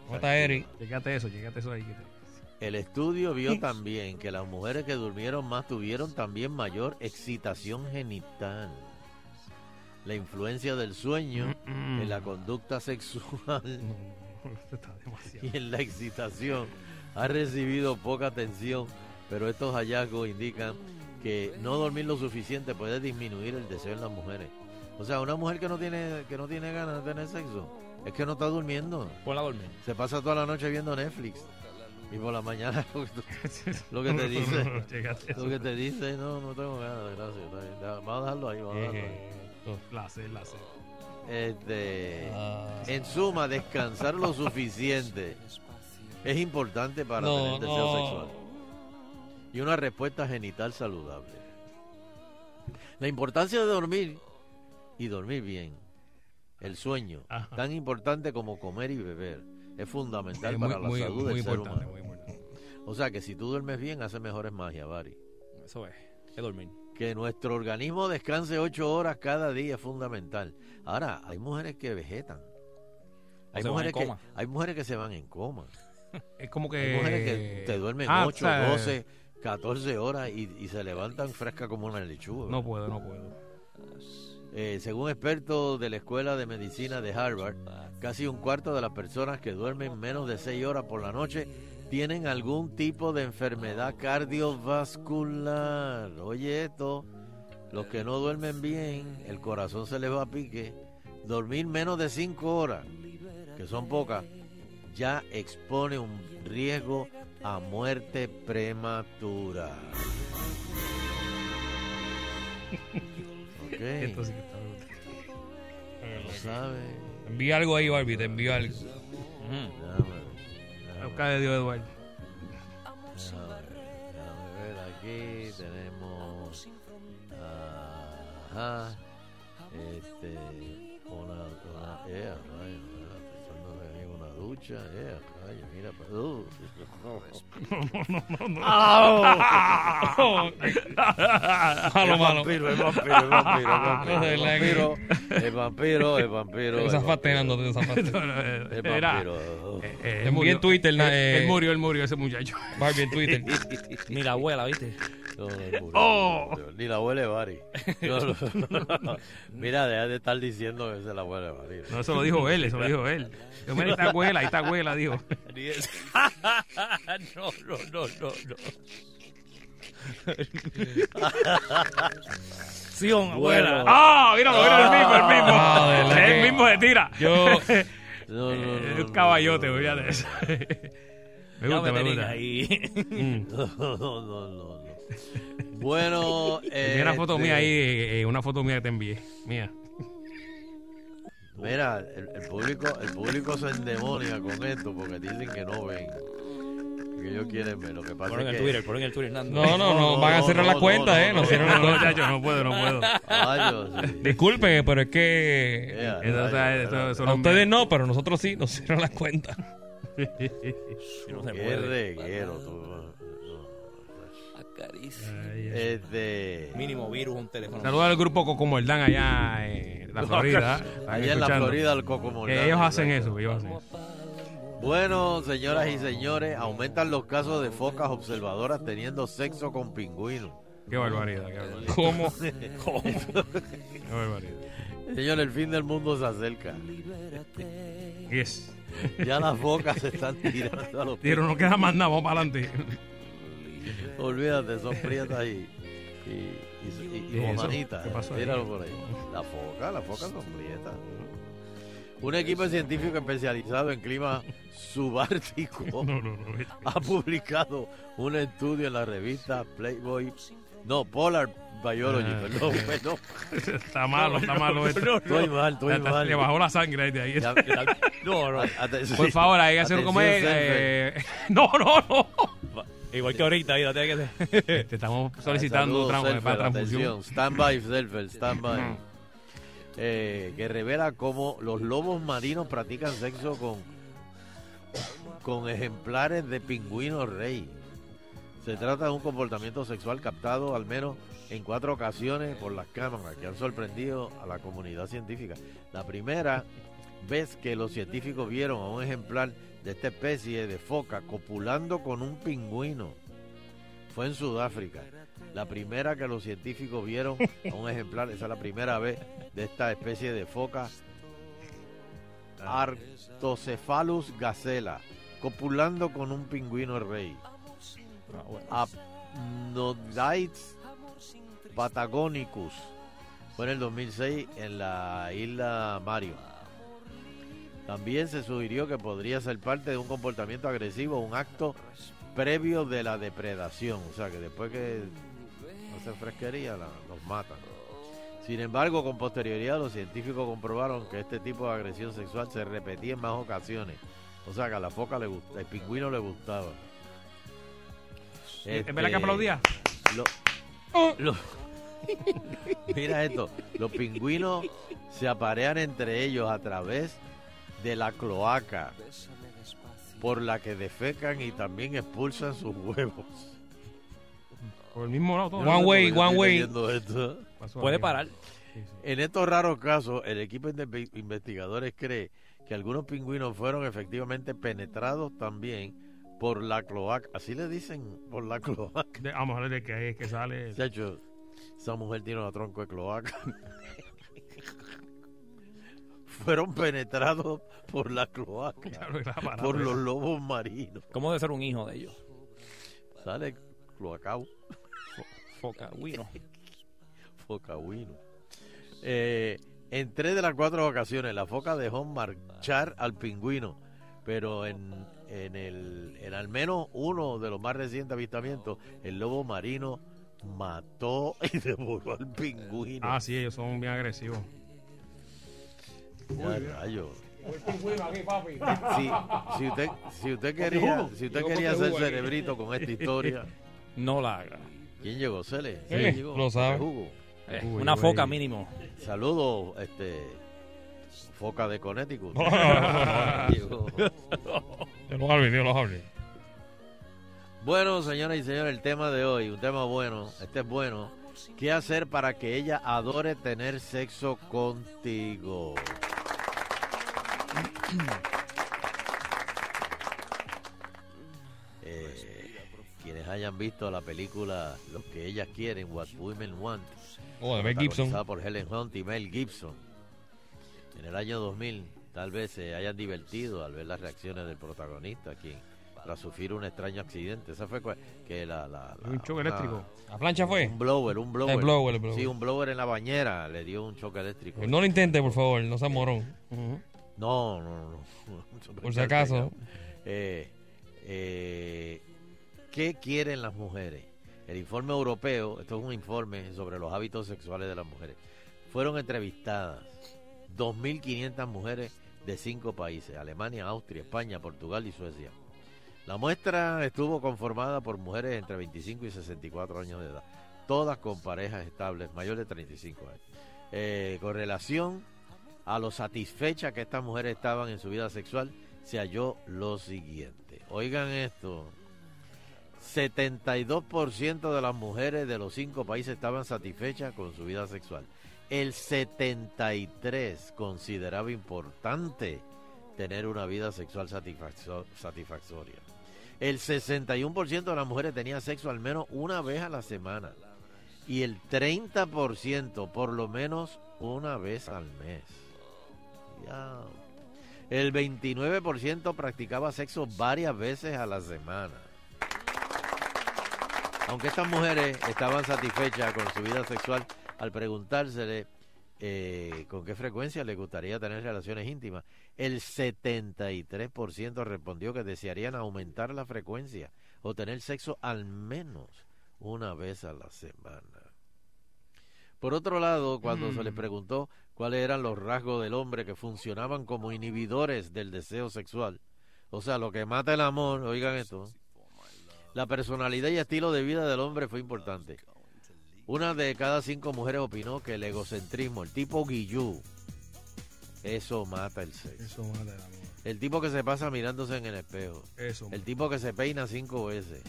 [SPEAKER 9] ¿Cómo está Eric?
[SPEAKER 3] Llegate eso, llegate eso ahí. que te-
[SPEAKER 8] El estudio vio también que las mujeres que durmieron más tuvieron también mayor excitación genital. La influencia del sueño en la conducta sexual
[SPEAKER 3] No, no, esto está demasiado.
[SPEAKER 8] y en la excitación ha recibido poca atención, pero estos hallazgos indican que no dormir lo suficiente puede disminuir el deseo en las mujeres. O sea, una mujer que no tiene que no tiene ganas de tener sexo es que no está durmiendo.
[SPEAKER 6] Ponla a dormir.
[SPEAKER 3] Eh,
[SPEAKER 8] Se pasa toda la noche viendo Netflix y por la mañana lo que, tú- lo que te dice,
[SPEAKER 3] Llegate eso.
[SPEAKER 8] lo que te dice, no, no tengo ganas, gracias. está bien, deja- Vamos a dejarlo ahí, vamos a dejarlo ahí.
[SPEAKER 3] Placer, placer.
[SPEAKER 8] Este,
[SPEAKER 5] Ah.
[SPEAKER 8] en suma, descansar lo suficiente es importante para tener deseo sexual y una respuesta genital saludable. La importancia de dormir y dormir bien El sueño,
[SPEAKER 5] Ajá.
[SPEAKER 8] tan importante como comer y beber, es fundamental
[SPEAKER 5] Es muy,
[SPEAKER 8] para la
[SPEAKER 5] muy,
[SPEAKER 8] salud
[SPEAKER 5] muy
[SPEAKER 8] del ser
[SPEAKER 5] importante,
[SPEAKER 8] humano.
[SPEAKER 5] muy importante.
[SPEAKER 8] O sea que si tú duermes bien, haces mejores magias, Bari.
[SPEAKER 6] Eso es. Que dormir.
[SPEAKER 8] Que nuestro organismo descanse ocho horas cada día es fundamental. Ahora, hay mujeres que vegetan. Hay
[SPEAKER 6] se van en
[SPEAKER 8] mujeres, que,
[SPEAKER 6] coma. Eh,
[SPEAKER 8] hay mujeres que se van en coma.
[SPEAKER 5] Es como que.
[SPEAKER 8] Hay mujeres que te duermen
[SPEAKER 5] Ah,
[SPEAKER 8] 8,
[SPEAKER 5] o sea,
[SPEAKER 8] 12, 14 horas y, y se levantan fresca como una lechuga.
[SPEAKER 5] No puedo, no puedo.
[SPEAKER 8] Eh, según expertos de la Escuela de Medicina de Harvard, casi un cuarto de las personas que duermen menos de 6 horas por la noche tienen algún tipo de enfermedad cardiovascular. Oye esto, los que no duermen bien, el corazón se les va a pique. Dormir menos de 5 horas, que son pocas, ya expone un riesgo a muerte prematura. Ok.
[SPEAKER 5] Esto sí que está brutal.
[SPEAKER 8] Lo sabe.
[SPEAKER 3] Envía algo ahí, Barbie, te envío algo.
[SPEAKER 8] Déjame,
[SPEAKER 5] La
[SPEAKER 8] déjame,
[SPEAKER 5] boca Mm. de Dios, Eduardo.
[SPEAKER 8] déjame, déjame ver aquí. Tenemos. Ajá. Este. Una. una eh, rayo, mira, pensando que había una ducha. Eh, rayo, mira. pa- Uh,
[SPEAKER 3] Malo,
[SPEAKER 8] el
[SPEAKER 3] malo.
[SPEAKER 8] vampiro, el vampiro, el vampiro, el vampiro, el
[SPEAKER 3] Es la
[SPEAKER 8] vampiro, el vampiro, el vampiro.
[SPEAKER 3] Te
[SPEAKER 8] el
[SPEAKER 3] zafaste,
[SPEAKER 8] vampiro,
[SPEAKER 3] Nando, te zafaste.
[SPEAKER 8] El
[SPEAKER 5] Era-
[SPEAKER 8] vampiro.
[SPEAKER 5] eh, eh,
[SPEAKER 3] Él murió en Twitter, na-
[SPEAKER 5] Él,
[SPEAKER 3] eh.
[SPEAKER 5] él murió, él murió ese muchacho.
[SPEAKER 3] Barbie en Twitter.
[SPEAKER 6] Ni la abuela, ¿viste?
[SPEAKER 8] No, no, no, no,
[SPEAKER 3] Oh.
[SPEAKER 8] no, Ni la huele Bari. No, no, no. Mira, deja de estar diciendo que se la huele Bari.
[SPEAKER 5] No, eso lo dijo él, eso lo dijo él. Yo me di esta abuela, ahí está abuela, dijo.
[SPEAKER 6] no, no, no, no, no. Sion, abuela.
[SPEAKER 5] ¡Ah! míralo, míralo, el mismo, el mismo.
[SPEAKER 3] Ah, de verdad que-
[SPEAKER 5] el mismo se tira.
[SPEAKER 3] Yo,
[SPEAKER 8] No, no, no,
[SPEAKER 5] Es
[SPEAKER 8] no,
[SPEAKER 5] Eh, un caballote,
[SPEAKER 8] no, no,
[SPEAKER 5] olvídate de eso. Me gusta, me gusta.
[SPEAKER 6] ahí.
[SPEAKER 3] Mm.
[SPEAKER 8] No, no, no, no, no. Bueno, eh,
[SPEAKER 5] Mira una foto
[SPEAKER 8] este,
[SPEAKER 5] mía ahí, eh, eh, una foto mía que te envié. Mía.
[SPEAKER 8] Mira, el, el público, el público se endemonia con esto porque dicen que no ven. Que ellos quieren ver. Lo que pasa
[SPEAKER 6] Ponen
[SPEAKER 8] es
[SPEAKER 6] el
[SPEAKER 8] que.
[SPEAKER 6] Twitter, ponen el Twitter, Nando.
[SPEAKER 3] no, no, no, van a cerrar las cuentas, ¿eh? Nos cierran las
[SPEAKER 5] No,
[SPEAKER 3] cuentas.
[SPEAKER 5] muchacho, no puedo, no puedo.
[SPEAKER 8] Ay, Dios, sí.
[SPEAKER 3] Disculpen, pero es que
[SPEAKER 8] Ea,
[SPEAKER 5] Eso, está-
[SPEAKER 8] rayo,
[SPEAKER 5] eso- eso
[SPEAKER 3] a
[SPEAKER 5] no-
[SPEAKER 3] ustedes no, pero nosotros sí, nos cierran las cuentas.
[SPEAKER 6] No se
[SPEAKER 8] Qué
[SPEAKER 6] puede.
[SPEAKER 8] reguero, tú. No, no.
[SPEAKER 5] Ay, ay.
[SPEAKER 8] Este.
[SPEAKER 6] Mínimo virus, un teléfono.
[SPEAKER 5] Saludos al grupo Cocomordán allá en la Florida. Están
[SPEAKER 8] Allá en la
[SPEAKER 5] escuchando.
[SPEAKER 8] Florida, el Coco
[SPEAKER 5] Que ellos hacen eso, ellos hacen eso.
[SPEAKER 8] Bueno, señoras y señores, aumentan los casos de focas observadoras teniendo sexo con pingüinos.
[SPEAKER 5] Qué barbaridad, qué barbaridad.
[SPEAKER 3] ¿Cómo?
[SPEAKER 5] Qué barbaridad.
[SPEAKER 8] Señores, el fin del mundo se acerca.
[SPEAKER 5] Yes.
[SPEAKER 8] Ya las focas se están tirando a los
[SPEAKER 5] Dieron, no queda más nada, vamos para adelante.
[SPEAKER 8] Olvídate, son prietas y, y, y, y- y
[SPEAKER 5] ¿Y eso?
[SPEAKER 8] gomanitas.
[SPEAKER 5] ¿Qué pasó ahí?
[SPEAKER 8] Míralo por ahí. La foca, las focas son prietas.
[SPEAKER 5] Mm.
[SPEAKER 8] Un equipo científico especializado en clima subártico
[SPEAKER 5] No, no, no.
[SPEAKER 8] ha publicado un estudio en la revista Playboy. No, Polar Biology,
[SPEAKER 5] Ah,
[SPEAKER 8] perdón, perdón.
[SPEAKER 5] Está malo, está malo esto.
[SPEAKER 8] Estoy mal, estoy
[SPEAKER 5] Hasta se
[SPEAKER 8] mal.
[SPEAKER 5] Le bajó la sangre ahí de ahí.
[SPEAKER 8] Ya-
[SPEAKER 6] No, no.
[SPEAKER 8] Atención.
[SPEAKER 5] Por favor, hay que hacer como es.
[SPEAKER 8] Atención,
[SPEAKER 5] eh, No, no, no.
[SPEAKER 6] Igual que ahorita, ahí la tiene que hacer.
[SPEAKER 5] Te estamos solicitando
[SPEAKER 8] Saludos,
[SPEAKER 5] tramo
[SPEAKER 8] Selfer,
[SPEAKER 5] para transfusión. Mm.
[SPEAKER 8] atención. Standby, Selfer, standby. Eh, que revela cómo los lobos marinos practican sexo con, con ejemplares de pingüino rey. Se trata de un comportamiento sexual captado al menos en cuatro ocasiones por las cámaras que han sorprendido a la comunidad científica. La primera vez que los científicos vieron a un ejemplar de esta especie de foca copulando con un pingüino fue en Sudáfrica. La primera que los científicos vieron a un ejemplar, esa es la primera vez de esta especie de foca Artocephalus gacela, copulando con un pingüino rey. Apnodites patagonicus fue en el 2006 en la isla Mario. También se sugirió que podría ser parte de un comportamiento agresivo, un acto previo de la depredación. O sea, que después que hacen fresquería, la- los matan. Sin embargo, con posterioridad los científicos comprobaron que este tipo de agresión sexual se repetía en más ocasiones. O sea, que a la foca le gustaba, el pingüino le gustaba. Este,
[SPEAKER 5] ¿Es verdad que aplaudía?
[SPEAKER 8] Lo- lo-
[SPEAKER 2] Mira esto, los pingüinos se aparean entre ellos a través de la cloaca por la que defecan y también expulsan sus huevos.
[SPEAKER 3] Por el mismo lado, todo.
[SPEAKER 2] Yo no
[SPEAKER 3] One
[SPEAKER 2] sé
[SPEAKER 3] way,
[SPEAKER 2] por qué
[SPEAKER 3] one
[SPEAKER 2] estoy
[SPEAKER 3] way.
[SPEAKER 2] leyendo esto.
[SPEAKER 6] Puede parar.
[SPEAKER 2] En estos raros casos, el equipo de investigadores cree que algunos pingüinos fueron efectivamente penetrados también por la cloaca. Así le dicen, por la cloaca.
[SPEAKER 3] De- vamos a ver de qué es que sale.
[SPEAKER 2] Chacho, esa mujer tiene una tronco de cloaca. Fueron penetrados por la cloaca,
[SPEAKER 3] Claro, era barato
[SPEAKER 2] por los
[SPEAKER 3] eso.
[SPEAKER 2] lobos marinos.
[SPEAKER 6] ¿Cómo debe ser un hijo de ellos?
[SPEAKER 2] Sale cloacao,
[SPEAKER 6] Foca, güino.
[SPEAKER 2] focahuino. Eh, en tres de las cuatro ocasiones, la foca dejó marchar al pingüino, pero en, en el, en al menos uno de los más recientes avistamientos, el lobo marino mató y devoró al pingüino.
[SPEAKER 3] Ah, sí, ellos son bien agresivos.
[SPEAKER 2] Ya, rayos. Si, si usted, si usted quería, si usted quería hacer cerebrito con esta historia,
[SPEAKER 6] No la haga.
[SPEAKER 2] ¿quién llegó? Cele.
[SPEAKER 3] Sí,
[SPEAKER 2] ¿Quién llegó?
[SPEAKER 3] lo sabe.
[SPEAKER 2] Hugo.
[SPEAKER 6] Eh,
[SPEAKER 3] Uy,
[SPEAKER 6] una
[SPEAKER 3] güey.
[SPEAKER 6] foca mínimo.
[SPEAKER 2] Saludos, este Foca de Connecticut.
[SPEAKER 3] No, no, no, no,
[SPEAKER 2] Llegó.
[SPEAKER 3] Yo los hablé, yo los hablé.
[SPEAKER 2] Bueno, señoras y señores, el tema de hoy, un tema bueno, este es bueno. ¿Qué hacer para que ella adore tener sexo contigo? Eh, quienes hayan visto la película Lo que ellas quieren, What Women Want,
[SPEAKER 3] Oh, de Mel Gibson. Eh.
[SPEAKER 2] protagonizada por Helen Hunt y Mel Gibson. En el año 2000, tal vez se hayan divertido al ver las reacciones del protagonista, quien tras sufrir un extraño accidente, esa fue cua- que la, la- la-
[SPEAKER 3] Un choque
[SPEAKER 2] una-
[SPEAKER 3] eléctrico.
[SPEAKER 2] ah,
[SPEAKER 3] ¿La plancha fue?
[SPEAKER 2] Un blower, un blower.
[SPEAKER 3] El blower, el blower. Eh.
[SPEAKER 2] Sí, un blower en la bañera le dio un choque eléctrico.
[SPEAKER 3] Pues No lo intente, por favor, no sea morón.
[SPEAKER 2] No, no, no, no.
[SPEAKER 3] Por si acaso.
[SPEAKER 2] Eh, eh, ¿Qué quieren las mujeres? El informe europeo, esto es un informe sobre los hábitos sexuales de las mujeres. Fueron entrevistadas 2.500 mujeres de cinco países, Alemania, Austria, España, Portugal y Suecia. La muestra estuvo conformada por mujeres entre 25 y 64 años de edad, todas con parejas estables, mayor de 35 años. Eh, con relación a lo satisfecha que estas mujeres estaban en su vida sexual, se halló lo siguiente. Oigan esto. 72% de las mujeres de los cinco países estaban satisfechas con su vida sexual. El 73 consideraba importante tener una vida sexual satisfacto- satisfactoria. El 61% de las mujeres tenía sexo al menos una vez a la semana y el 30% por lo menos una vez al mes. Ya. El 29% practicaba sexo varias veces a la semana. Aunque estas mujeres estaban satisfechas con su vida sexual, al preguntársele eh, con qué frecuencia le gustaría tener relaciones íntimas, el 73% respondió que desearían aumentar la frecuencia o tener sexo al menos una vez a la semana. Por otro lado, cuando
[SPEAKER 5] Mm.
[SPEAKER 2] se les preguntó cuáles eran los rasgos del hombre que funcionaban como inhibidores del deseo sexual, o sea, lo que mata el amor, oigan esto, la personalidad y estilo de vida del hombre fue importante. Una de cada cinco mujeres opinó que el egocentrismo, el tipo guillú, eso mata el sexo.
[SPEAKER 5] Eso mata el amor.
[SPEAKER 2] El tipo que se pasa mirándose en el espejo.
[SPEAKER 5] Eso. Mm.
[SPEAKER 2] El tipo que se peina cinco veces.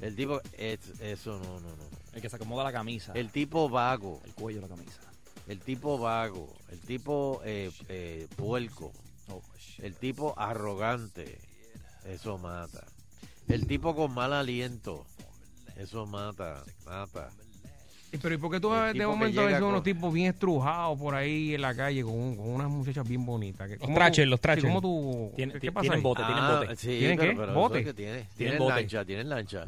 [SPEAKER 2] El tipo... es- Eso no, no, no.
[SPEAKER 6] El que se acomoda la camisa.
[SPEAKER 2] El tipo vago,
[SPEAKER 6] El cuello de la camisa.
[SPEAKER 2] el tipo vago, el tipo eh, eh, puerco, el tipo arrogante, eso mata. El tipo con mal aliento, eso mata, mata.
[SPEAKER 5] Y Pero ¿y por qué tú
[SPEAKER 2] El
[SPEAKER 5] ves de
[SPEAKER 2] tipo que
[SPEAKER 5] momento a
[SPEAKER 2] llega
[SPEAKER 5] veces
[SPEAKER 2] con-
[SPEAKER 5] unos tipos bien estrujados por ahí en la calle con, con unas muchachas bien bonitas? Que-
[SPEAKER 3] Los
[SPEAKER 5] ¿cómo tú-
[SPEAKER 3] trachers, los
[SPEAKER 5] sí,
[SPEAKER 3] trachers.
[SPEAKER 5] ¿Cómo tú?
[SPEAKER 6] Tiene-
[SPEAKER 5] ¿Qué
[SPEAKER 6] ti-
[SPEAKER 5] pasa
[SPEAKER 6] tienen
[SPEAKER 5] ahí?
[SPEAKER 6] bote. tienen bote.
[SPEAKER 2] Ah, sí,
[SPEAKER 5] ¿Tienen
[SPEAKER 2] pero,
[SPEAKER 5] qué?
[SPEAKER 2] pero
[SPEAKER 5] ¿Bote?
[SPEAKER 2] eso es que tiene. Tienen,
[SPEAKER 6] bote.
[SPEAKER 2] lancha, tienen lancha.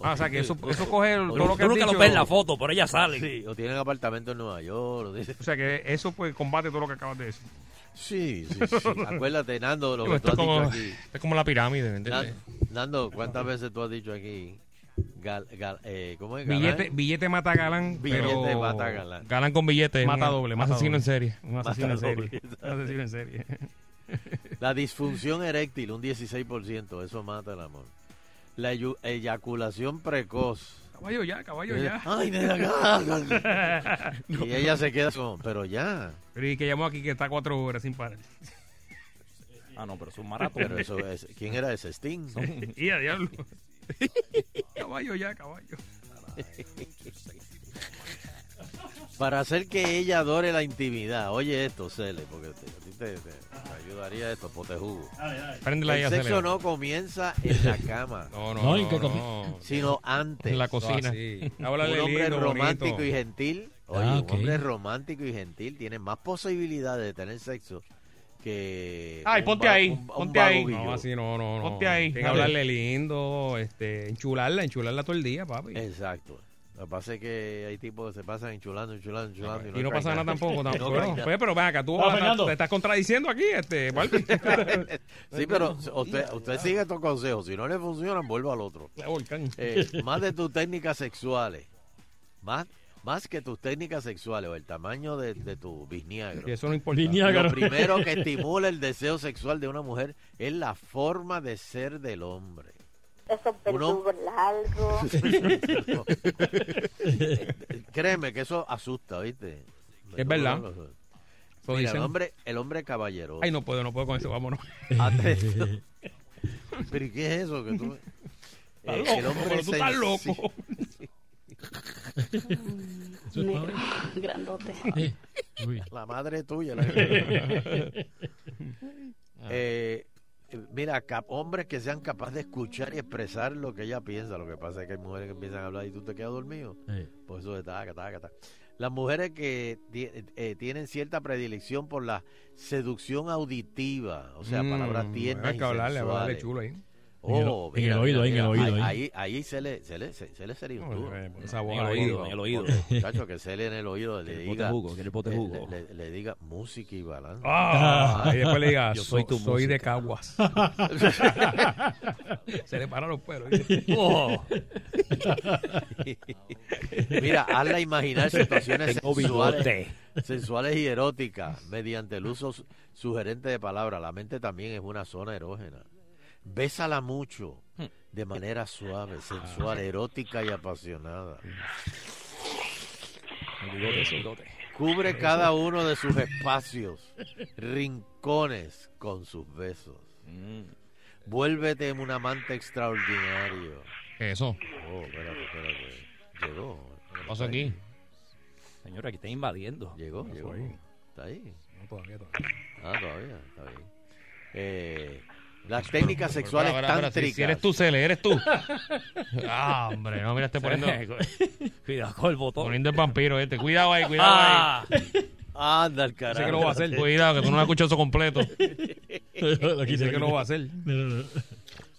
[SPEAKER 5] Ah, o sea, que eso, eso coge el- todo
[SPEAKER 2] Tú
[SPEAKER 5] lo que has
[SPEAKER 6] Tú nunca lo
[SPEAKER 5] dicho-
[SPEAKER 6] ves en la foto, pero ella sale.
[SPEAKER 2] Sí, o tienen apartamento en Nueva York. o tienen-
[SPEAKER 5] O sea, que eso pues combate todo lo que acabas de decir.
[SPEAKER 2] Sí, sí, sí. Acuérdate, Nando, lo que tú
[SPEAKER 3] Esto
[SPEAKER 2] has
[SPEAKER 3] es
[SPEAKER 2] dicho
[SPEAKER 3] como,
[SPEAKER 2] aquí.
[SPEAKER 3] esto es como la pirámide, ¿me entiendes?
[SPEAKER 2] Nan- Nando, ¿cuántas veces tú has dicho aquí? Gal, gal- eh, ¿Cómo es? Galán.
[SPEAKER 5] Billete, billete mata galán,
[SPEAKER 2] Billete
[SPEAKER 5] pero...
[SPEAKER 2] mata galán.
[SPEAKER 3] Ganan con billetes.
[SPEAKER 5] Mata
[SPEAKER 3] un
[SPEAKER 5] doble, mata
[SPEAKER 3] Asesino
[SPEAKER 5] doble.
[SPEAKER 3] en serie.
[SPEAKER 5] Un asesino en
[SPEAKER 2] Mata
[SPEAKER 5] serie.
[SPEAKER 2] doble.
[SPEAKER 5] Un asesino en serie.
[SPEAKER 2] La disfunción eréctil, un 16%, eso mata el amor. La eyu- eyaculación precoz,
[SPEAKER 5] Caballo ya, caballo
[SPEAKER 2] Y ella,
[SPEAKER 5] ya.
[SPEAKER 2] Ay, nena, acá. Y ella se queda con, pero ya.
[SPEAKER 5] Pero y que llamó aquí que está cuatro horas sin parar.
[SPEAKER 6] Ah, no, pero es un
[SPEAKER 2] Pero
[SPEAKER 6] maratón.
[SPEAKER 2] eso es, ¿quién era ese Sting?
[SPEAKER 5] y a diablo. caballo ya, caballo.
[SPEAKER 2] Para hacer que ella adore la intimidad. Oye esto, Cele, porque te, a ti te- te- te ayudaría esto, pote jugo.
[SPEAKER 3] Préndela ahí
[SPEAKER 2] El
[SPEAKER 3] a
[SPEAKER 2] sexo
[SPEAKER 3] acelerar.
[SPEAKER 2] no comienza en la cama,
[SPEAKER 3] No, no,
[SPEAKER 10] No,
[SPEAKER 3] no.
[SPEAKER 10] y que
[SPEAKER 3] no,
[SPEAKER 2] sino antes.
[SPEAKER 3] En la cocina.
[SPEAKER 2] Un
[SPEAKER 5] Háblale
[SPEAKER 2] hombre
[SPEAKER 5] lindo,
[SPEAKER 2] romántico
[SPEAKER 5] bonito.
[SPEAKER 2] y gentil. Oye,
[SPEAKER 10] Ah,
[SPEAKER 2] un
[SPEAKER 10] ok.
[SPEAKER 2] hombre romántico y gentil tiene más posibilidades de tener sexo que.
[SPEAKER 3] Ay,
[SPEAKER 2] un
[SPEAKER 3] ponte
[SPEAKER 2] va-
[SPEAKER 3] ahí,
[SPEAKER 2] un- un
[SPEAKER 3] ponte ahí.
[SPEAKER 2] vago
[SPEAKER 5] No,
[SPEAKER 2] guillo.
[SPEAKER 5] así no, no, no.
[SPEAKER 3] Ponte ahí.
[SPEAKER 5] Tiene que hablarle lindo, este, enchularla, enchularla todo el día, papi.
[SPEAKER 2] Eh, Exacto. Lo que pasa es que hay tipos que se pasan enchulando, enchulando, enchulando.
[SPEAKER 5] Y no pasa nada tampoco, tampoco.
[SPEAKER 2] eh, No, no.
[SPEAKER 5] Pues, pero ven acá, tú
[SPEAKER 10] Ah, Fernando.
[SPEAKER 5] te estás contradiciendo aquí, este, Balvin.
[SPEAKER 2] Sí, pero usted, usted sigue estos consejos. Si no le funcionan, vuelva al otro.
[SPEAKER 5] La volcán.
[SPEAKER 2] Eh, más de tus técnicas sexuales. Más, más que tus técnicas sexuales o el tamaño de, de tu bisniagro.
[SPEAKER 5] Y eso no importa.
[SPEAKER 10] Viniágaro.
[SPEAKER 2] Lo primero que estimula el deseo sexual de una mujer es la forma de ser del hombre.
[SPEAKER 8] Esos
[SPEAKER 2] Uno-
[SPEAKER 8] verdugos largos.
[SPEAKER 2] Créeme que eso asusta, ¿viste?
[SPEAKER 5] Es verdad. Eso
[SPEAKER 2] Mira, el
[SPEAKER 5] dicen.
[SPEAKER 2] hombre, el hombre caballero.
[SPEAKER 5] Ay, no puedo, no puedo con eso, vámonos.
[SPEAKER 2] Atento. Pero ¿y qué es eso que tú?
[SPEAKER 5] Estás
[SPEAKER 2] Eh,
[SPEAKER 5] loco, pero tú estás
[SPEAKER 2] sensi-
[SPEAKER 5] loco.
[SPEAKER 10] Suave.
[SPEAKER 8] Grandote.
[SPEAKER 10] Eh, uy.
[SPEAKER 2] La madre tuya. la que- Eh, mira, cap- hombres que sean capaces de escuchar y expresar lo que ella piensa. Lo que pasa es que hay mujeres que empiezan a hablar y tú te quedas dormido.
[SPEAKER 10] Eh,
[SPEAKER 2] Por eso de taca, taca, taca. Las mujeres que ti- eh, tienen cierta predilección por la seducción auditiva, o sea,
[SPEAKER 5] Mm,
[SPEAKER 2] palabras tiernas.
[SPEAKER 5] Hay que
[SPEAKER 2] y
[SPEAKER 5] hablarle, hablarle
[SPEAKER 2] sensuales.
[SPEAKER 5] chulo ahí.
[SPEAKER 2] Oh,
[SPEAKER 10] En el- en
[SPEAKER 2] mira,
[SPEAKER 10] el oído,
[SPEAKER 2] mira,
[SPEAKER 10] ahí, en el
[SPEAKER 2] mira,
[SPEAKER 10] oído,
[SPEAKER 2] Ahí, ahí, ahí se le, se le, se, se le sería un duro.
[SPEAKER 5] Eh, Esa voz
[SPEAKER 6] En el
[SPEAKER 5] al
[SPEAKER 6] oído, en el oído.
[SPEAKER 2] Muchacho, que se le en el oído le
[SPEAKER 6] Que el
[SPEAKER 2] diga,
[SPEAKER 6] pote jugo, que el pote
[SPEAKER 2] le-
[SPEAKER 6] jugo.
[SPEAKER 2] le- le- le diga música y balance.
[SPEAKER 5] Ah, y después le digas,
[SPEAKER 6] Yo
[SPEAKER 5] soy,
[SPEAKER 6] soy tu
[SPEAKER 5] soy de
[SPEAKER 6] música.
[SPEAKER 5] Caguas. Se le paran los pelos.
[SPEAKER 2] Mira, hazla imaginar situaciones
[SPEAKER 6] Tengo
[SPEAKER 2] sensuales,
[SPEAKER 6] bigote.
[SPEAKER 2] sensuales y eróticas mediante el uso su- sugerente de palabras. La mente también es una zona erógena. Bésala mucho, de manera suave, sensual, erótica y apasionada.
[SPEAKER 6] El bigote, el bigote.
[SPEAKER 2] Cubre cada uno de sus espacios, rincones con sus besos.
[SPEAKER 6] Mm.
[SPEAKER 2] Vuélvete un amante extraordinario.
[SPEAKER 3] Eso.
[SPEAKER 2] Oh, espérate, espérate. Llegó.
[SPEAKER 3] ¿Qué pasó aquí?
[SPEAKER 6] Señora, aquí está invadiendo.
[SPEAKER 2] Llegó, llegó.
[SPEAKER 5] ahí.
[SPEAKER 2] Está ahí.
[SPEAKER 5] No, todavía, todavía.
[SPEAKER 2] Ah, todavía, está bien. Eh, las técnicas sexuales
[SPEAKER 3] Ahora, ahora, si-
[SPEAKER 2] tántri.
[SPEAKER 3] Si eres tú, Cele, eres tú. ah, hombre, no, mira, este poniendo,
[SPEAKER 6] Cuidado con el botón.
[SPEAKER 3] poniendo el vampiro este. Cuidado ahí, cuidado
[SPEAKER 6] Ah,
[SPEAKER 2] Anda al
[SPEAKER 5] Sé que lo
[SPEAKER 2] carajo.
[SPEAKER 5] va a hacer.
[SPEAKER 3] ahí. Cuidado, que tú no has escuchado eso completo.
[SPEAKER 10] Lo quité,
[SPEAKER 5] Sé que
[SPEAKER 10] lo
[SPEAKER 5] lo va a hacer.
[SPEAKER 10] quité. No, no, no.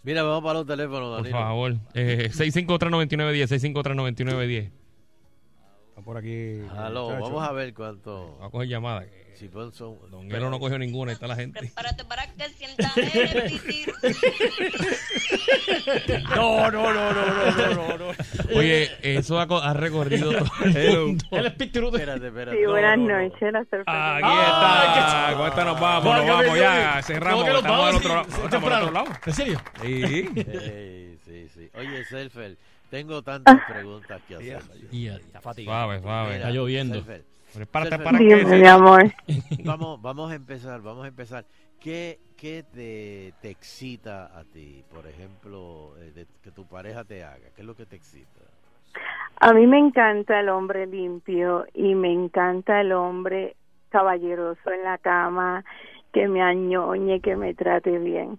[SPEAKER 2] Mira, vamos para los teléfonos,
[SPEAKER 3] Por
[SPEAKER 2] Danilo.
[SPEAKER 3] favor. Eh, 653-9910, 653-9910.
[SPEAKER 5] Está por aquí.
[SPEAKER 2] Aló,
[SPEAKER 5] muchacho.
[SPEAKER 2] vamos a ver cuánto.
[SPEAKER 3] Vamos a coger llamada. que
[SPEAKER 2] Si pon- son-
[SPEAKER 3] Don Gelo no cogió ninguna, ahí está la gente.
[SPEAKER 8] Prepárate para que sientas el pitir.
[SPEAKER 6] no, no, no, no, no, no, no, no.
[SPEAKER 3] Oye, eso ha, co- ha recorrido todo el mundo.
[SPEAKER 10] Él es picturo de-
[SPEAKER 2] Espérate, espérate.
[SPEAKER 8] Sí,
[SPEAKER 2] No,
[SPEAKER 8] buenas
[SPEAKER 2] no, Ah. no.
[SPEAKER 8] noches, la sorpresa.
[SPEAKER 5] Aquí
[SPEAKER 10] Ay,
[SPEAKER 5] está. Con esta nos vamos,
[SPEAKER 10] Válgame
[SPEAKER 5] nos vamos
[SPEAKER 10] Dios
[SPEAKER 5] ya.
[SPEAKER 10] mío.
[SPEAKER 5] Cerramos.
[SPEAKER 10] ¿Cómo que nos
[SPEAKER 5] Estamos al
[SPEAKER 10] vamos?
[SPEAKER 5] otro, lado.
[SPEAKER 10] Sí,
[SPEAKER 5] estamos al
[SPEAKER 10] temprano.
[SPEAKER 5] otro lado.
[SPEAKER 10] ¿En serio?
[SPEAKER 5] Sí.
[SPEAKER 2] Ey, eh, sí, sí. Oye, Selfer, tengo tantas preguntas que hacer.
[SPEAKER 10] Y ya,
[SPEAKER 6] Está fatigado.
[SPEAKER 3] Suave, suave.
[SPEAKER 10] Está lloviendo.
[SPEAKER 2] Selfer,
[SPEAKER 3] Prepárate
[SPEAKER 2] Selfer,
[SPEAKER 3] para que...
[SPEAKER 8] Dime, mi amor.
[SPEAKER 2] Vamos, vamos a empezar, vamos a empezar. ¿Qué, qué te, te excita a ti, por ejemplo, eh, de- que tu pareja te haga? ¿Qué es lo que te excita?
[SPEAKER 8] A mí me encanta el hombre limpio y me encanta el hombre caballeroso en la cama, que me añoñe, que me trate bien.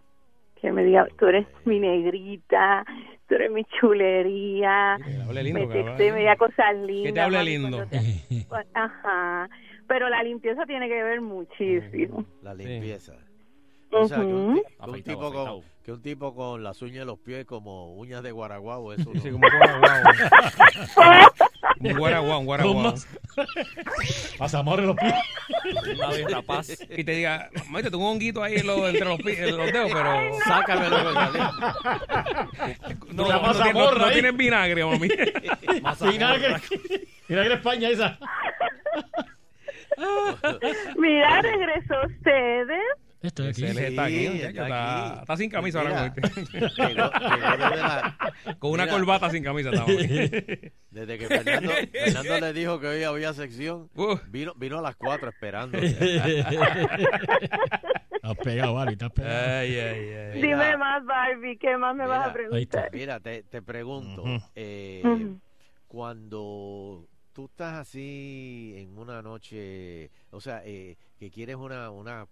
[SPEAKER 8] Que me diga, tú eres mi negrita, tú eres mi chulería,
[SPEAKER 5] Que le hable
[SPEAKER 8] me,
[SPEAKER 5] lindo.
[SPEAKER 8] te,
[SPEAKER 5] que
[SPEAKER 8] te-
[SPEAKER 5] le
[SPEAKER 8] me
[SPEAKER 5] hable
[SPEAKER 8] diga
[SPEAKER 5] lindo.
[SPEAKER 8] cosas lindas.
[SPEAKER 5] Que te hable
[SPEAKER 8] mami,
[SPEAKER 5] lindo.
[SPEAKER 8] cuando te- Ajá. Pero la limpieza tiene que ver muchísimo.
[SPEAKER 2] La limpieza. O sea, que un,
[SPEAKER 8] Ujú.
[SPEAKER 2] ti- que un
[SPEAKER 6] Afeitado,
[SPEAKER 2] tipo con,
[SPEAKER 6] afeitado.
[SPEAKER 2] que un tipo con las uñas de los pies como uñas de guaraguao, eso no.
[SPEAKER 5] Sí, como un guaraguao. Un guaraguao,
[SPEAKER 10] Con
[SPEAKER 5] un guaraguao.
[SPEAKER 10] más. Pasamorre los pies.
[SPEAKER 6] Una vez rapaz.
[SPEAKER 5] Y te diga, mamá, te tengo un honguito ahí en los- entre los, pi- en los dedos, pero...
[SPEAKER 2] Sácamelo con la lengua.
[SPEAKER 5] No,
[SPEAKER 10] La
[SPEAKER 5] no,
[SPEAKER 10] pasa
[SPEAKER 5] tiene- no-
[SPEAKER 10] morra
[SPEAKER 5] no
[SPEAKER 10] ahí.
[SPEAKER 5] tienen vinagre, mami.
[SPEAKER 10] Vinagre. Vinagre España esa.
[SPEAKER 8] Mira, regresó ustedes.
[SPEAKER 11] estoy aquí.
[SPEAKER 5] Ese está aquí, muchacho, está- está sin camisa ahora
[SPEAKER 2] Mira,
[SPEAKER 5] mismo, ¿viste?
[SPEAKER 2] llegó- llegó desde la-
[SPEAKER 5] Con una corbata sin camisa estaba.
[SPEAKER 2] Desde que Fernando, Fernando le dijo que hoy había sección, vino, vino a las 4 esperando. Estás
[SPEAKER 11] pegado, Barbie, estás pegado.
[SPEAKER 2] Ay, ay, ay.
[SPEAKER 8] Dime más, Barbie, ¿qué más me vas a preguntar?
[SPEAKER 2] Mira, te, te pregunto, eh,
[SPEAKER 8] Ujú.
[SPEAKER 2] cuando tú estás así en una noche, o sea, eh, que quieres una, una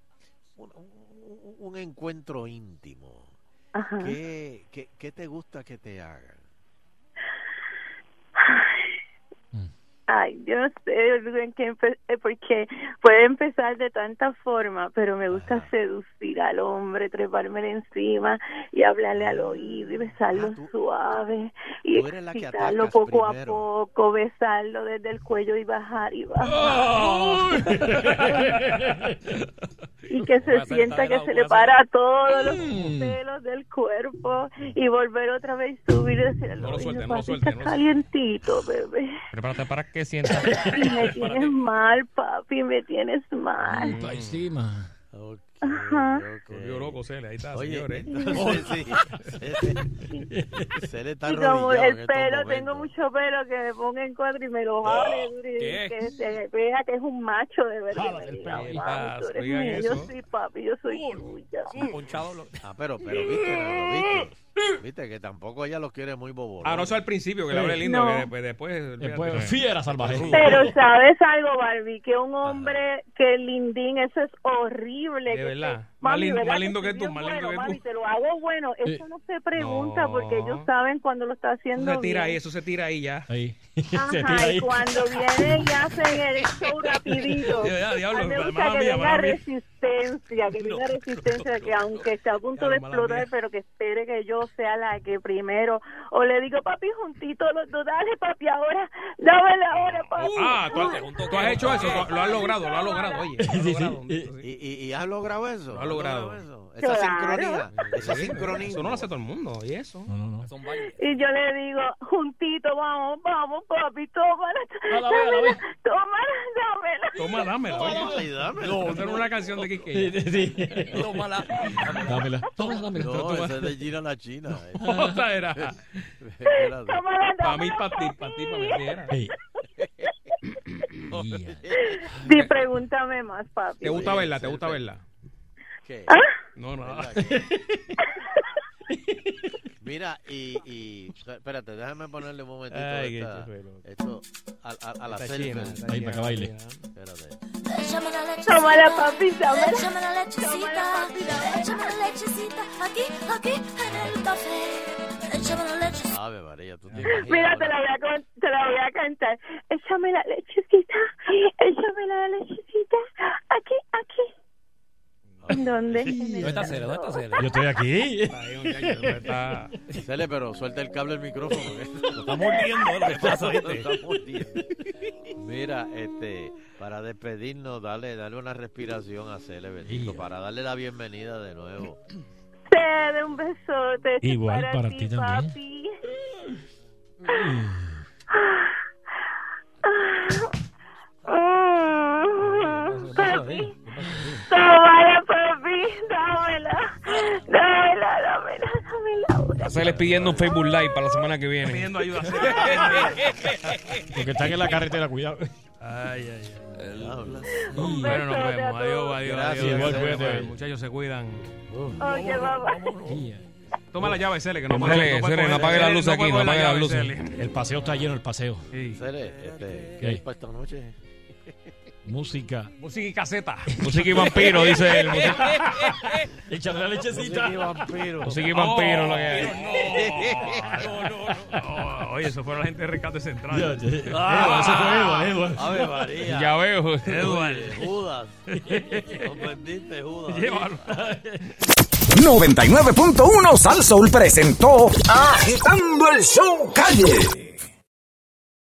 [SPEAKER 2] un, un- un encuentro íntimo,
[SPEAKER 8] Ajá.
[SPEAKER 2] ¿qué, qué, qué te gusta que te hagan?
[SPEAKER 8] Ay, yo no sé en qué empe- eh, porque puede empezar de tanta forma, pero me gusta seducir al hombre, trepármele encima y hablarle al oído
[SPEAKER 3] Ah,
[SPEAKER 8] y besarlo suave y
[SPEAKER 2] tú eres la que
[SPEAKER 8] excitarlo
[SPEAKER 2] atacas primero.
[SPEAKER 8] poco a poco, besarlo desde el cuello y bajar y bajar. y que
[SPEAKER 12] Voy
[SPEAKER 8] se
[SPEAKER 12] a
[SPEAKER 8] sienta
[SPEAKER 12] saltar
[SPEAKER 8] que
[SPEAKER 12] la-
[SPEAKER 8] se
[SPEAKER 12] voy
[SPEAKER 8] le
[SPEAKER 12] a
[SPEAKER 8] para
[SPEAKER 12] saltar.
[SPEAKER 8] todos los
[SPEAKER 3] Mm.
[SPEAKER 8] pelos del cuerpo y volver otra vez a subir y decirle,
[SPEAKER 3] No lo suelten,
[SPEAKER 8] "Oye,
[SPEAKER 3] no lo
[SPEAKER 8] papi,
[SPEAKER 3] suelten,
[SPEAKER 8] estás
[SPEAKER 3] no lo
[SPEAKER 8] calientito, bebé.
[SPEAKER 3] Prepárate para que sientas.
[SPEAKER 8] Y me tienes mal, papi, me tienes mal.
[SPEAKER 5] Mm.
[SPEAKER 11] Para encima.
[SPEAKER 8] Ajá.
[SPEAKER 5] Volvió loco, Cele, ahí está,
[SPEAKER 2] Oye,
[SPEAKER 5] señores.
[SPEAKER 2] entonces, sí, se le está
[SPEAKER 8] Y como
[SPEAKER 2] arrodillado en
[SPEAKER 8] el
[SPEAKER 2] estos
[SPEAKER 8] pelo,
[SPEAKER 2] momentos.
[SPEAKER 8] tengo mucho pelo que me ponga en cuadro y me lo
[SPEAKER 5] Ah,
[SPEAKER 8] jale, duro y
[SPEAKER 2] ¿qué?
[SPEAKER 8] que se vea que es un macho de verdad. Y me diga,
[SPEAKER 6] pelo.
[SPEAKER 8] "Mami, tú eres
[SPEAKER 6] Oigan
[SPEAKER 8] mía,
[SPEAKER 6] eso.
[SPEAKER 8] Yo soy papi, yo soy tuya.
[SPEAKER 6] Ponchado lo-
[SPEAKER 2] Ah, pero, pero viste, pero viste, viste que tampoco ella los quiere muy bobo.
[SPEAKER 5] Ah, no, eso al principio, que le hable lindo, que después... Después,
[SPEAKER 2] Después,
[SPEAKER 11] fiera salvaje.
[SPEAKER 8] Pero sabes algo, Barbie, que un hombre que lindín, eso es horrible.
[SPEAKER 5] De
[SPEAKER 8] que
[SPEAKER 5] verdad.
[SPEAKER 8] te-
[SPEAKER 5] Más
[SPEAKER 8] Mami,
[SPEAKER 5] lindo-
[SPEAKER 8] ¿verdad
[SPEAKER 5] más lindo que
[SPEAKER 8] sí,
[SPEAKER 5] tú,
[SPEAKER 8] bien
[SPEAKER 5] más lindo
[SPEAKER 8] bueno,
[SPEAKER 5] que tú.
[SPEAKER 8] mami, te lo hago bueno, eso no se pregunta
[SPEAKER 5] No.
[SPEAKER 8] porque ellos saben cuando lo está
[SPEAKER 5] Eso
[SPEAKER 8] haciendo
[SPEAKER 5] se tira ahí,
[SPEAKER 8] bien.
[SPEAKER 5] eso se tira ahí ya.
[SPEAKER 8] Ajá, y cuando viene y hacen el show rapidito.
[SPEAKER 5] Ya, ya, diablo,
[SPEAKER 8] a mí me gusta
[SPEAKER 5] mala
[SPEAKER 8] que
[SPEAKER 5] mía,
[SPEAKER 8] venga
[SPEAKER 5] mala mía.
[SPEAKER 8] resistencia, que venga resistencia, que aunque esté a punto de
[SPEAKER 5] mala
[SPEAKER 8] explotar,
[SPEAKER 5] mía.
[SPEAKER 8] pero que espere que yo sea la que primero. O le digo, papi, juntito los dos, dale, papi, ahora, dame la hora, papi.
[SPEAKER 5] Ah, tú has, tú has hecho eso, tú- lo has logrado, lo has logrado, oye. lo has logrado.
[SPEAKER 2] ¿Y, y, y has logrado eso?
[SPEAKER 5] Lo has logrado.
[SPEAKER 2] Esa
[SPEAKER 8] Claro.
[SPEAKER 2] sincronía. Esa
[SPEAKER 5] Sí,
[SPEAKER 2] sincronía.
[SPEAKER 5] eh, Eso no lo hace todo el mundo, y eso. No, no, no.
[SPEAKER 8] Y yo le digo, juntito, vamos, vamos, papi, tómala,
[SPEAKER 5] A la
[SPEAKER 8] tómala,
[SPEAKER 5] vez, a la vez.
[SPEAKER 8] tómala, dámela.
[SPEAKER 5] Toma, dámela. Oye. No, no era una canción de Quique.
[SPEAKER 6] Tómala.
[SPEAKER 11] Dámela. Toma, dámela.
[SPEAKER 2] No, esa es de Gina la China. eh.
[SPEAKER 5] Otra era.
[SPEAKER 2] Espérate.
[SPEAKER 5] Para mí, para ti, para ti, para mí. eh. era.
[SPEAKER 8] Sí, pregúntame más, papi.
[SPEAKER 5] ¿Te gusta verla? ¿Te gusta verla?
[SPEAKER 2] ¿Qué?
[SPEAKER 8] Ah.
[SPEAKER 5] No, no.
[SPEAKER 2] Mira, y, y. Espérate, déjame ponerle un momentito.
[SPEAKER 5] Ay, qué
[SPEAKER 2] esta,
[SPEAKER 5] chulo.
[SPEAKER 2] esto a, a, a la
[SPEAKER 5] Está
[SPEAKER 2] selfie.
[SPEAKER 5] llena, está Ahí, para que llena. baile.
[SPEAKER 2] Espérate.
[SPEAKER 8] Tómala, papi, dámela.
[SPEAKER 12] Échame la lechecita. Échame la lechecita. Aquí, aquí, en el café. Échame la lechecita.
[SPEAKER 2] Ave María, tú te
[SPEAKER 5] Ah.
[SPEAKER 8] Mira,
[SPEAKER 2] imaginas.
[SPEAKER 8] te la, voy a, con- te la voy a cantar. Échame la lechecita, échame la lechecita. Aquí, aquí. ¿En dónde?
[SPEAKER 6] ¿Dónde está Cele? ¿Dónde está Cele?
[SPEAKER 11] Yo estoy aquí.
[SPEAKER 2] Cele, pero suelta el cable del micrófono. ¿eh? Lo
[SPEAKER 6] está mordiendo, lo que pasa,
[SPEAKER 2] Lo
[SPEAKER 6] ¿viste?
[SPEAKER 2] está mordiendo. Mira, este, para despedirnos, dale, dale una respiración a Cele, bendito, para darle la bienvenida de nuevo.
[SPEAKER 8] Cele, un besote. Este es
[SPEAKER 2] Igual para ti también.
[SPEAKER 8] papi. Ah, Papi, tómala, ah. papi, dámela, dámela, dámela, dámela.
[SPEAKER 3] Hacerles pidiendo un Facebook Live para la semana que viene. Pidiendo ayuda.
[SPEAKER 11] Porque están en la carretera, cuidado.
[SPEAKER 5] Ay, ay, ay.
[SPEAKER 11] Un
[SPEAKER 5] Bueno, nos
[SPEAKER 11] besote a
[SPEAKER 5] vemos. Adiós,
[SPEAKER 11] todos.
[SPEAKER 5] adiós.
[SPEAKER 11] Gracias,
[SPEAKER 5] adiós.
[SPEAKER 11] igual,
[SPEAKER 5] Gracias,
[SPEAKER 11] cuídate.
[SPEAKER 5] igual. Muchachos, se cuidan.
[SPEAKER 8] Oye, papá.
[SPEAKER 5] Toma la llave, Cele, que no
[SPEAKER 11] Cele,
[SPEAKER 5] puede-
[SPEAKER 11] Cele,
[SPEAKER 5] puede-
[SPEAKER 11] no apague las
[SPEAKER 5] Cele,
[SPEAKER 11] luces aquí,
[SPEAKER 5] puede
[SPEAKER 11] no apague las
[SPEAKER 5] la llave,
[SPEAKER 11] luces.
[SPEAKER 5] Cele.
[SPEAKER 11] El paseo está lleno, el paseo.
[SPEAKER 2] Cele, este,
[SPEAKER 11] ¿Qué?
[SPEAKER 2] ¿qué es para esta noche?
[SPEAKER 11] Música.
[SPEAKER 5] Música y caseta.
[SPEAKER 3] Música y vampiro, dice él. Música
[SPEAKER 11] Échale la lechecita.
[SPEAKER 3] música y vampiro, lo que es.
[SPEAKER 5] No, no, no, no. Oh, Oye, eso fue la gente de Rescate Central.
[SPEAKER 11] Ya, ya.
[SPEAKER 6] Ah.
[SPEAKER 11] Eduardo, Ah, eso fue Eduardo, Eduardo.
[SPEAKER 2] Ave María.
[SPEAKER 3] Ya veo.
[SPEAKER 2] Eduardo. Judas. Comprendiste, Judas.
[SPEAKER 5] Llévalo.
[SPEAKER 1] 99.1 Sal Soul presentó Agitando el Show Calle.